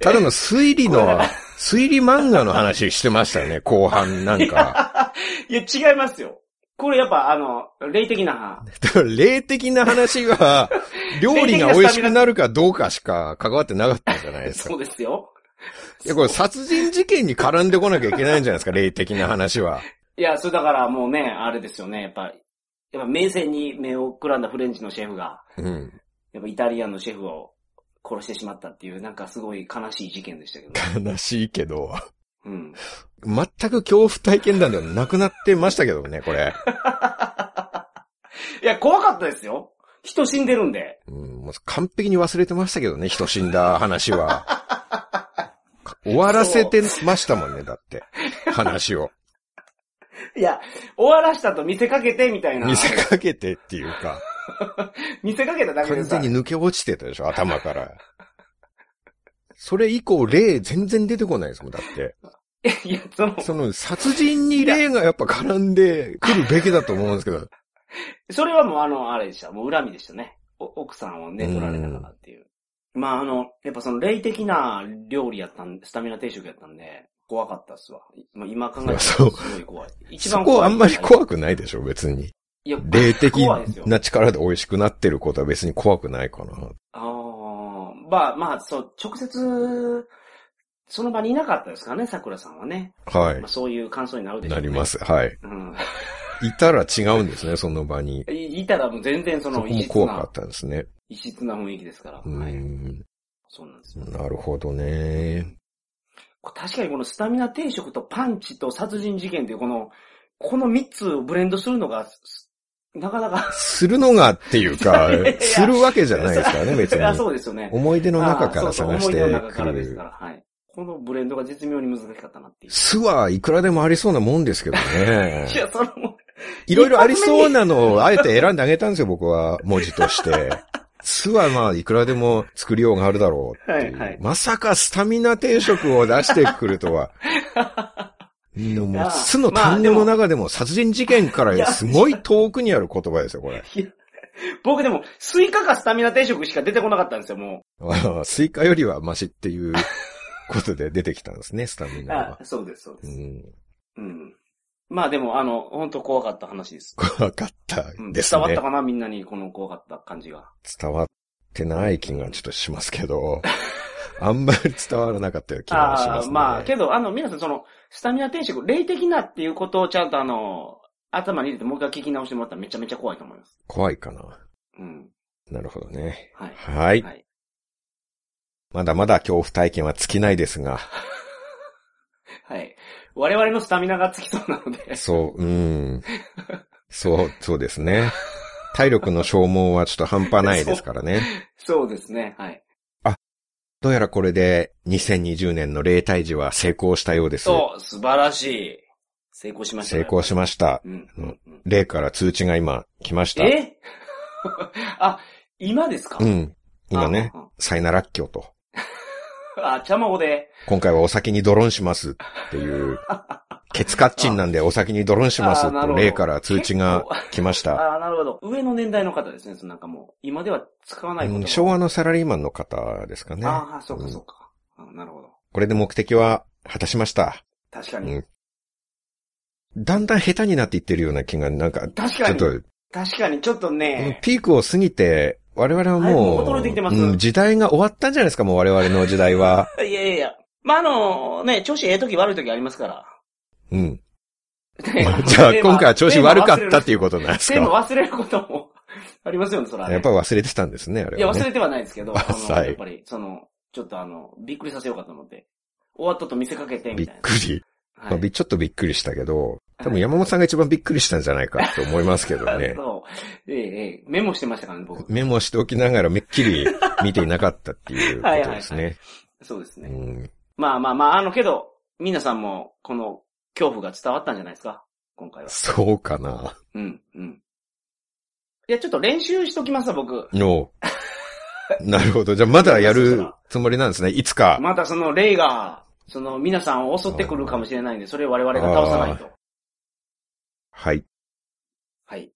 Speaker 1: ただの推理
Speaker 2: これ
Speaker 1: の、推理漫画の話してましたよね、後半なんか。
Speaker 2: いや、違いますよ。これやっぱ、あの、霊的な、
Speaker 1: 霊的な話 は、料理が美味しくなるかどうかしか関わってなかったんじゃないですか
Speaker 2: そ。うですよ。
Speaker 1: いや、これ殺人事件に絡んでこなきゃいけないんじゃないですか、霊的な話は。
Speaker 2: いや、それだからもうね、あれですよね、やっぱ、やっぱ名声に目をくらんだフレンチのシェフが、
Speaker 1: うん。
Speaker 2: やっぱイタリアンのシェフを殺してしまったっていう、なんかすごい悲しい事件でした けど。
Speaker 1: 悲しいけど、
Speaker 2: うん。
Speaker 1: 全く恐怖体験談ではなくなってましたけどね、これ。
Speaker 2: いや、怖かったですよ。人死んでるんで。
Speaker 1: うん、もう完璧に忘れてましたけどね、人死んだ話は。 終わらせてましたもんね、だって。話を。
Speaker 2: いや、終わらしたと見せかけてみたいな。
Speaker 1: 見せかけてっていうか、
Speaker 2: 見せかけただけで
Speaker 1: 完
Speaker 2: さ
Speaker 1: 全に。抜け落ちてたでしょ、頭から。それ以降、霊全然出てこないですもん、だって。
Speaker 2: いや、その、
Speaker 1: その、殺人に霊がやっぱ絡んでくるべきだと思うんですけど、
Speaker 2: それはもうあの、あれでした。もう恨みでしたね。お奥さんをね、取られたからっていう。まああの、やっぱその霊的な料理やったん、スタミナ定食やったんで、怖かったっすわ。まあ今考えたらす
Speaker 1: そ
Speaker 2: ご
Speaker 1: う
Speaker 2: い怖い。一
Speaker 1: そ
Speaker 2: 番
Speaker 1: こ
Speaker 2: 怖。
Speaker 1: はいあんまり怖くないでしょ、別に。
Speaker 2: いや、
Speaker 1: 霊的
Speaker 2: 怖いですよ。
Speaker 1: な力で美味しくなってることは別に怖くないかな。
Speaker 2: ああ、まあまあ、そう、直接、その場にいなかったですからね、桜さんはね。
Speaker 1: は
Speaker 2: まあそういう感想になる
Speaker 1: い。
Speaker 2: でしょ
Speaker 1: な
Speaker 2: う、ね。
Speaker 1: りま。す。はい。
Speaker 2: うん。
Speaker 1: いたら違うんですね、その場に。
Speaker 2: いいたらもう全然そ
Speaker 1: そ
Speaker 2: の
Speaker 1: こ
Speaker 2: 異
Speaker 1: も
Speaker 2: 質
Speaker 1: 怖か
Speaker 2: な
Speaker 1: っ、たんですね。
Speaker 2: 異質な雰囲気ですから。
Speaker 1: うー
Speaker 2: はい。
Speaker 1: ん。
Speaker 2: そうなんですよ。
Speaker 1: なるほどね。
Speaker 2: これ確かにこのスタミナ定食とパンチと殺人事件っていうこの、この3つをブレンドするのが、すなかなか、
Speaker 1: するのがっていうか
Speaker 2: いやいや、
Speaker 1: するわけじゃないですからね、別
Speaker 2: あ
Speaker 1: に。
Speaker 2: そうですよね。
Speaker 1: 思い出の中か
Speaker 2: あ
Speaker 1: ら
Speaker 2: そうそ
Speaker 1: 探
Speaker 2: う
Speaker 1: して
Speaker 2: 思い出の中
Speaker 1: く
Speaker 2: からですか
Speaker 1: る。
Speaker 2: ら、はい。このブレンドが絶妙に難しかったなっていう。
Speaker 1: 巣はいくらでもありそうなもんですけどね
Speaker 2: い。や、それも、
Speaker 1: いろいろありそうなのをあえて選んであげたんですよ、僕は。文字として。 酢はまあ、いくらでも作りようがあるだろうっていう。
Speaker 2: はいはい
Speaker 1: まさかスタミナ定食を出してくると は。でも
Speaker 2: や
Speaker 1: もう酢の単語の中でも殺人事件か
Speaker 2: いや
Speaker 1: らすごい遠くにある言葉ですよ、これ。
Speaker 2: 僕でも、スイカかスタミナ定食しか出てこなかったんですよ、も
Speaker 1: ああスイカよりはマシっていうことで出てきたんですね、スタミ
Speaker 2: う。
Speaker 1: ナ
Speaker 2: あ
Speaker 1: は。
Speaker 2: そうです、そうで
Speaker 1: う
Speaker 2: す。
Speaker 1: ん、
Speaker 2: うん。まあでも、あの、本当怖かった話です。
Speaker 1: 怖かった
Speaker 2: うん
Speaker 1: です
Speaker 2: 伝わっ
Speaker 1: ね
Speaker 2: た。かなみんなにこの怖かった感じが。
Speaker 1: 伝わってない気がちょっとしますけど、 あんまり伝わらなかったような気がし
Speaker 2: あ
Speaker 1: ま
Speaker 2: あ
Speaker 1: す
Speaker 2: ー、
Speaker 1: ね。
Speaker 2: まあ、けど、あの、皆さんその、スタミナ定食、霊的なっていうことをちゃんとあの、頭に入れてもう一回聞き直してもらったらめちゃめちゃ怖いと思います。
Speaker 1: 怖いかな。
Speaker 2: うん。
Speaker 1: なるほどね。
Speaker 2: はい。
Speaker 1: はい。
Speaker 2: はい。
Speaker 1: まだまだ恐怖体験は尽きないです が、
Speaker 2: はい。我々のスタミナがつきそうなので。
Speaker 1: そう、うん。そう、そうですね。体力の消耗はちょっと半端ないですからね。
Speaker 2: そうですね。はい。
Speaker 1: どうやらこれで2020年の霊体時は成功したようです。
Speaker 2: そう、素晴らしい。成功しました
Speaker 1: 成
Speaker 2: ね。
Speaker 1: 功しました。
Speaker 2: うん。うんうん
Speaker 1: 霊から通知が今来ました。
Speaker 2: え あ、今ですか
Speaker 1: うん。今ね、
Speaker 2: あ。あ
Speaker 1: さよならっきょうと。
Speaker 2: あ、あちゃまごで。
Speaker 1: 今回はお先にドロンしますっていう、ケツカッチンなんでお先にドロンしますっ
Speaker 2: あーなる
Speaker 1: て
Speaker 2: ほど
Speaker 1: 例から 通知が来ました。
Speaker 2: ああ、なるほど。上の年代の方ですね。そのなんかもう、今では使わないこ
Speaker 1: う
Speaker 2: と
Speaker 1: ん
Speaker 2: が。
Speaker 1: 昭和のサラリーマンの方ですかね。
Speaker 2: ああ、そうか
Speaker 1: うん
Speaker 2: そうか。あなるほど。
Speaker 1: これで目的は果たしました。
Speaker 2: 確か
Speaker 1: う
Speaker 2: に。
Speaker 1: んだんだん下手になっていってるような気が、なんか、
Speaker 2: 確
Speaker 1: ち
Speaker 2: か
Speaker 1: ょっ
Speaker 2: に。
Speaker 1: と、
Speaker 2: 確かに、ちょっとね。
Speaker 1: ピークを過ぎて、我々は
Speaker 2: だいぶ
Speaker 1: も
Speaker 2: 衰えてきてます
Speaker 1: う、うん時代が終わったんじゃないですか、もう我々の時代 は。
Speaker 2: いやいやいや。まあ、あの、ね、調子ええ時悪い時ありますから。
Speaker 1: うん。
Speaker 2: ね あの
Speaker 1: じゃあ
Speaker 2: テーマ
Speaker 1: 今回は調子悪かったって
Speaker 2: テ
Speaker 1: いうことなんです
Speaker 2: ーマ
Speaker 1: か。
Speaker 2: 忘れるテーマ忘れることもありますよね、そら、ね。
Speaker 1: やっぱ忘れてたんですね、あ
Speaker 2: い
Speaker 1: れ
Speaker 2: や、
Speaker 1: は、ね。
Speaker 2: 忘れてはないですけど、あの、
Speaker 1: はい
Speaker 2: やっぱり、その、ちょっとあの、びっくりさせようかと思って。終わったと見せかけて、
Speaker 1: び
Speaker 2: み
Speaker 1: った
Speaker 2: いな。
Speaker 1: くり。
Speaker 2: はい
Speaker 1: まあ、びちょっとびっくりしたけど、多分山本さんが一番びっくりしたんじゃないかと思いますけど ね。
Speaker 2: そう。ええ、ええ、メモしてましたからね、僕。
Speaker 1: メモしておきながらめっきり見ていなかったっていうことですね。
Speaker 2: そうです
Speaker 1: う
Speaker 2: ね。
Speaker 1: ん
Speaker 2: まあまあまあ、あの、けど、皆さんも、この、恐怖が伝わったんじゃないですか今回は。
Speaker 1: そうかな。
Speaker 2: うん、うん。いや、ちょっと練習しときますわ、僕。
Speaker 1: の。なるほど。じゃあまだやるつもりなんですね。いつか。
Speaker 2: またその、霊が、その、皆さんを襲ってくるかもしれないんで、それを我々が倒さないと。
Speaker 1: はい。
Speaker 2: はい。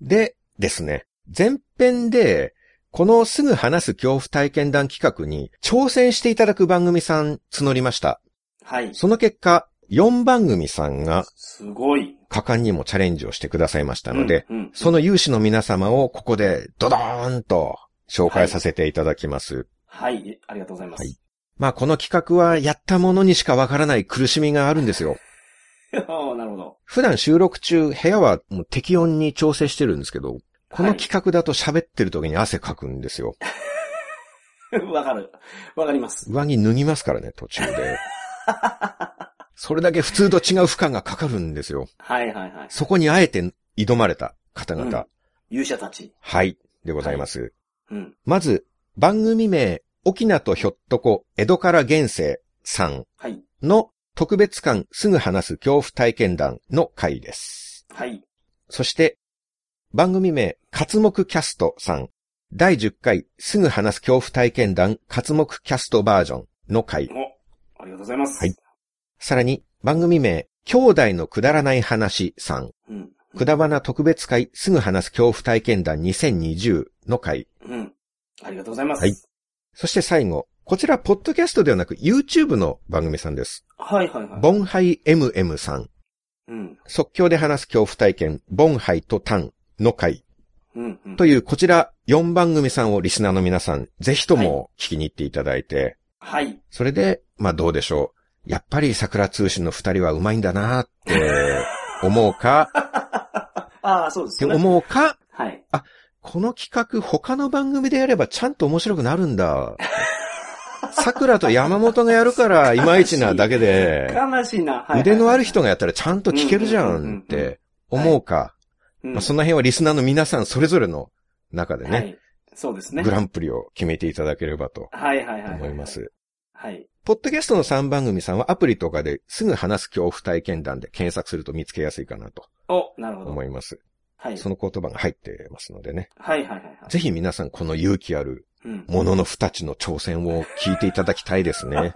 Speaker 1: でですね。前編で、このすぐ話す恐怖体験談企画に挑戦していただく番組さん募りました。
Speaker 2: はい。
Speaker 1: その結果、4番組さんが
Speaker 2: すごい。
Speaker 1: 果敢にもチャレンジをしてくださいましたので、
Speaker 2: うん、うん
Speaker 1: その有志の皆様をここでドドーンと紹介させていただきます。
Speaker 2: はい、ありがとうございま
Speaker 1: はい
Speaker 2: す。
Speaker 1: まあこの企画はやったものにしかわからない苦しみがあるんですよ。
Speaker 2: あ あ、なるほど。
Speaker 1: 普段収録中部屋はもう適温に調整してるんですけど、この企画だと喋ってる時に汗かくんですよ。
Speaker 2: わかる。わかります。
Speaker 1: 上着脱ぎますからね、途中 で。それだけ普通と違う負荷がかかるんですよ。
Speaker 2: はいはいはい。
Speaker 1: そこにあえて挑まれた方々。
Speaker 2: うん勇者たち。
Speaker 1: はい、でございます。
Speaker 2: うん。
Speaker 1: まず、番組名、沖縄とひょっとこ、江戸から現世さん
Speaker 2: はい。
Speaker 1: の特別感すぐ話す恐怖体験談の回です。
Speaker 2: はい。
Speaker 1: そして、番組名、活目キャストさん、第10回すぐ話す恐怖体験談活目キャストバージョンの回。
Speaker 2: お、ありがとうございます。
Speaker 1: はい。さらに、番組名、兄弟のくだらない話さん、
Speaker 2: うん。
Speaker 1: くだばな特別会すぐ話す恐怖体験談2020の回。
Speaker 2: うん。ありがとうございます。
Speaker 1: はいそして最後、こちら、ポッドキャストではなく、YouTube の番組さんです。
Speaker 2: はいはいはい。
Speaker 1: ボンハイ MM さん。
Speaker 2: うん。
Speaker 1: 即興で話す恐怖体験、ボンハイとタンの会。
Speaker 2: うん。うん。
Speaker 1: という、こちら4番組さんをリスナーの皆さん、ぜひとも聞きに行っていただいて、
Speaker 2: はい。
Speaker 1: それで、まあどうでしょう。やっぱり桜通信の二人はうまいんだな って思うか、
Speaker 2: ああ、そうで
Speaker 1: っ
Speaker 2: す
Speaker 1: て
Speaker 2: よね。
Speaker 1: 思うか、
Speaker 2: はい。
Speaker 1: この企画他の番組でやればちゃんと面白くなるんだ。桜と山本がやるから、いまいちなだけで。
Speaker 2: 悲しいな。はい。
Speaker 1: 腕のある
Speaker 2: は
Speaker 1: 人がやったらちゃんと聞けるじゃんって思うか。
Speaker 2: い、
Speaker 1: まあ、そ
Speaker 2: の
Speaker 1: の辺はリスナーの皆さんそれぞれの中で
Speaker 2: は
Speaker 1: ね、
Speaker 2: い。そうですね。
Speaker 1: グランプリを決めていただければと
Speaker 2: はいはいはい。
Speaker 1: 思いま。す。
Speaker 2: はい。
Speaker 1: ポッドキャストの3番組さんはアプリとかですぐ話す恐怖体験談で検索すると見つけやすいかなと
Speaker 2: お、なるほど。
Speaker 1: 思います。
Speaker 2: はい。
Speaker 1: その言葉が入ってますのでね。
Speaker 2: はいはいはいはい。
Speaker 1: ぜひ皆さんこの勇気ある
Speaker 2: うん。
Speaker 1: ものの二ちの挑戦を聞いていただきたいです ね。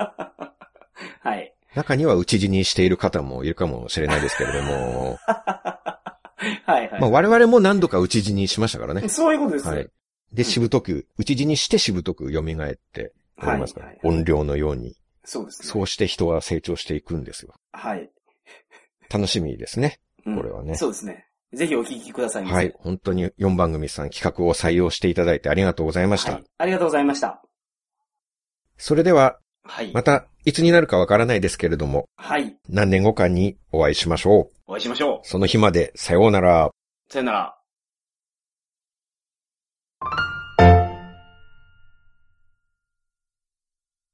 Speaker 2: はい。
Speaker 1: 中には打ち死にしている方もいるかもしれないですけれど も、
Speaker 2: はいはい。
Speaker 1: まあ我々も何度か打ち死にしましたからね。
Speaker 2: そういうことです。
Speaker 1: はい。で、しぶとく、打ち死にしてしぶとく蘇っておりますから、
Speaker 2: はい
Speaker 1: 音量のように。
Speaker 2: そうですね。
Speaker 1: そうして人は成長していくんですよ。
Speaker 2: はい。
Speaker 1: 楽しみですね。
Speaker 2: うん
Speaker 1: これはね
Speaker 2: そうですね。ぜひお聞きくださいませ。
Speaker 1: はい。本当に4番組さん企画を採用していただいてありがとうございました。
Speaker 2: はい。ありがとうございました。
Speaker 1: それでは、
Speaker 2: はい。
Speaker 1: また、いつになるかわからないですけれども、
Speaker 2: はい。
Speaker 1: 何年後かにお会いしましょう。
Speaker 2: お会いしましょ
Speaker 1: その日まで、さようなら。
Speaker 2: う。さよなら。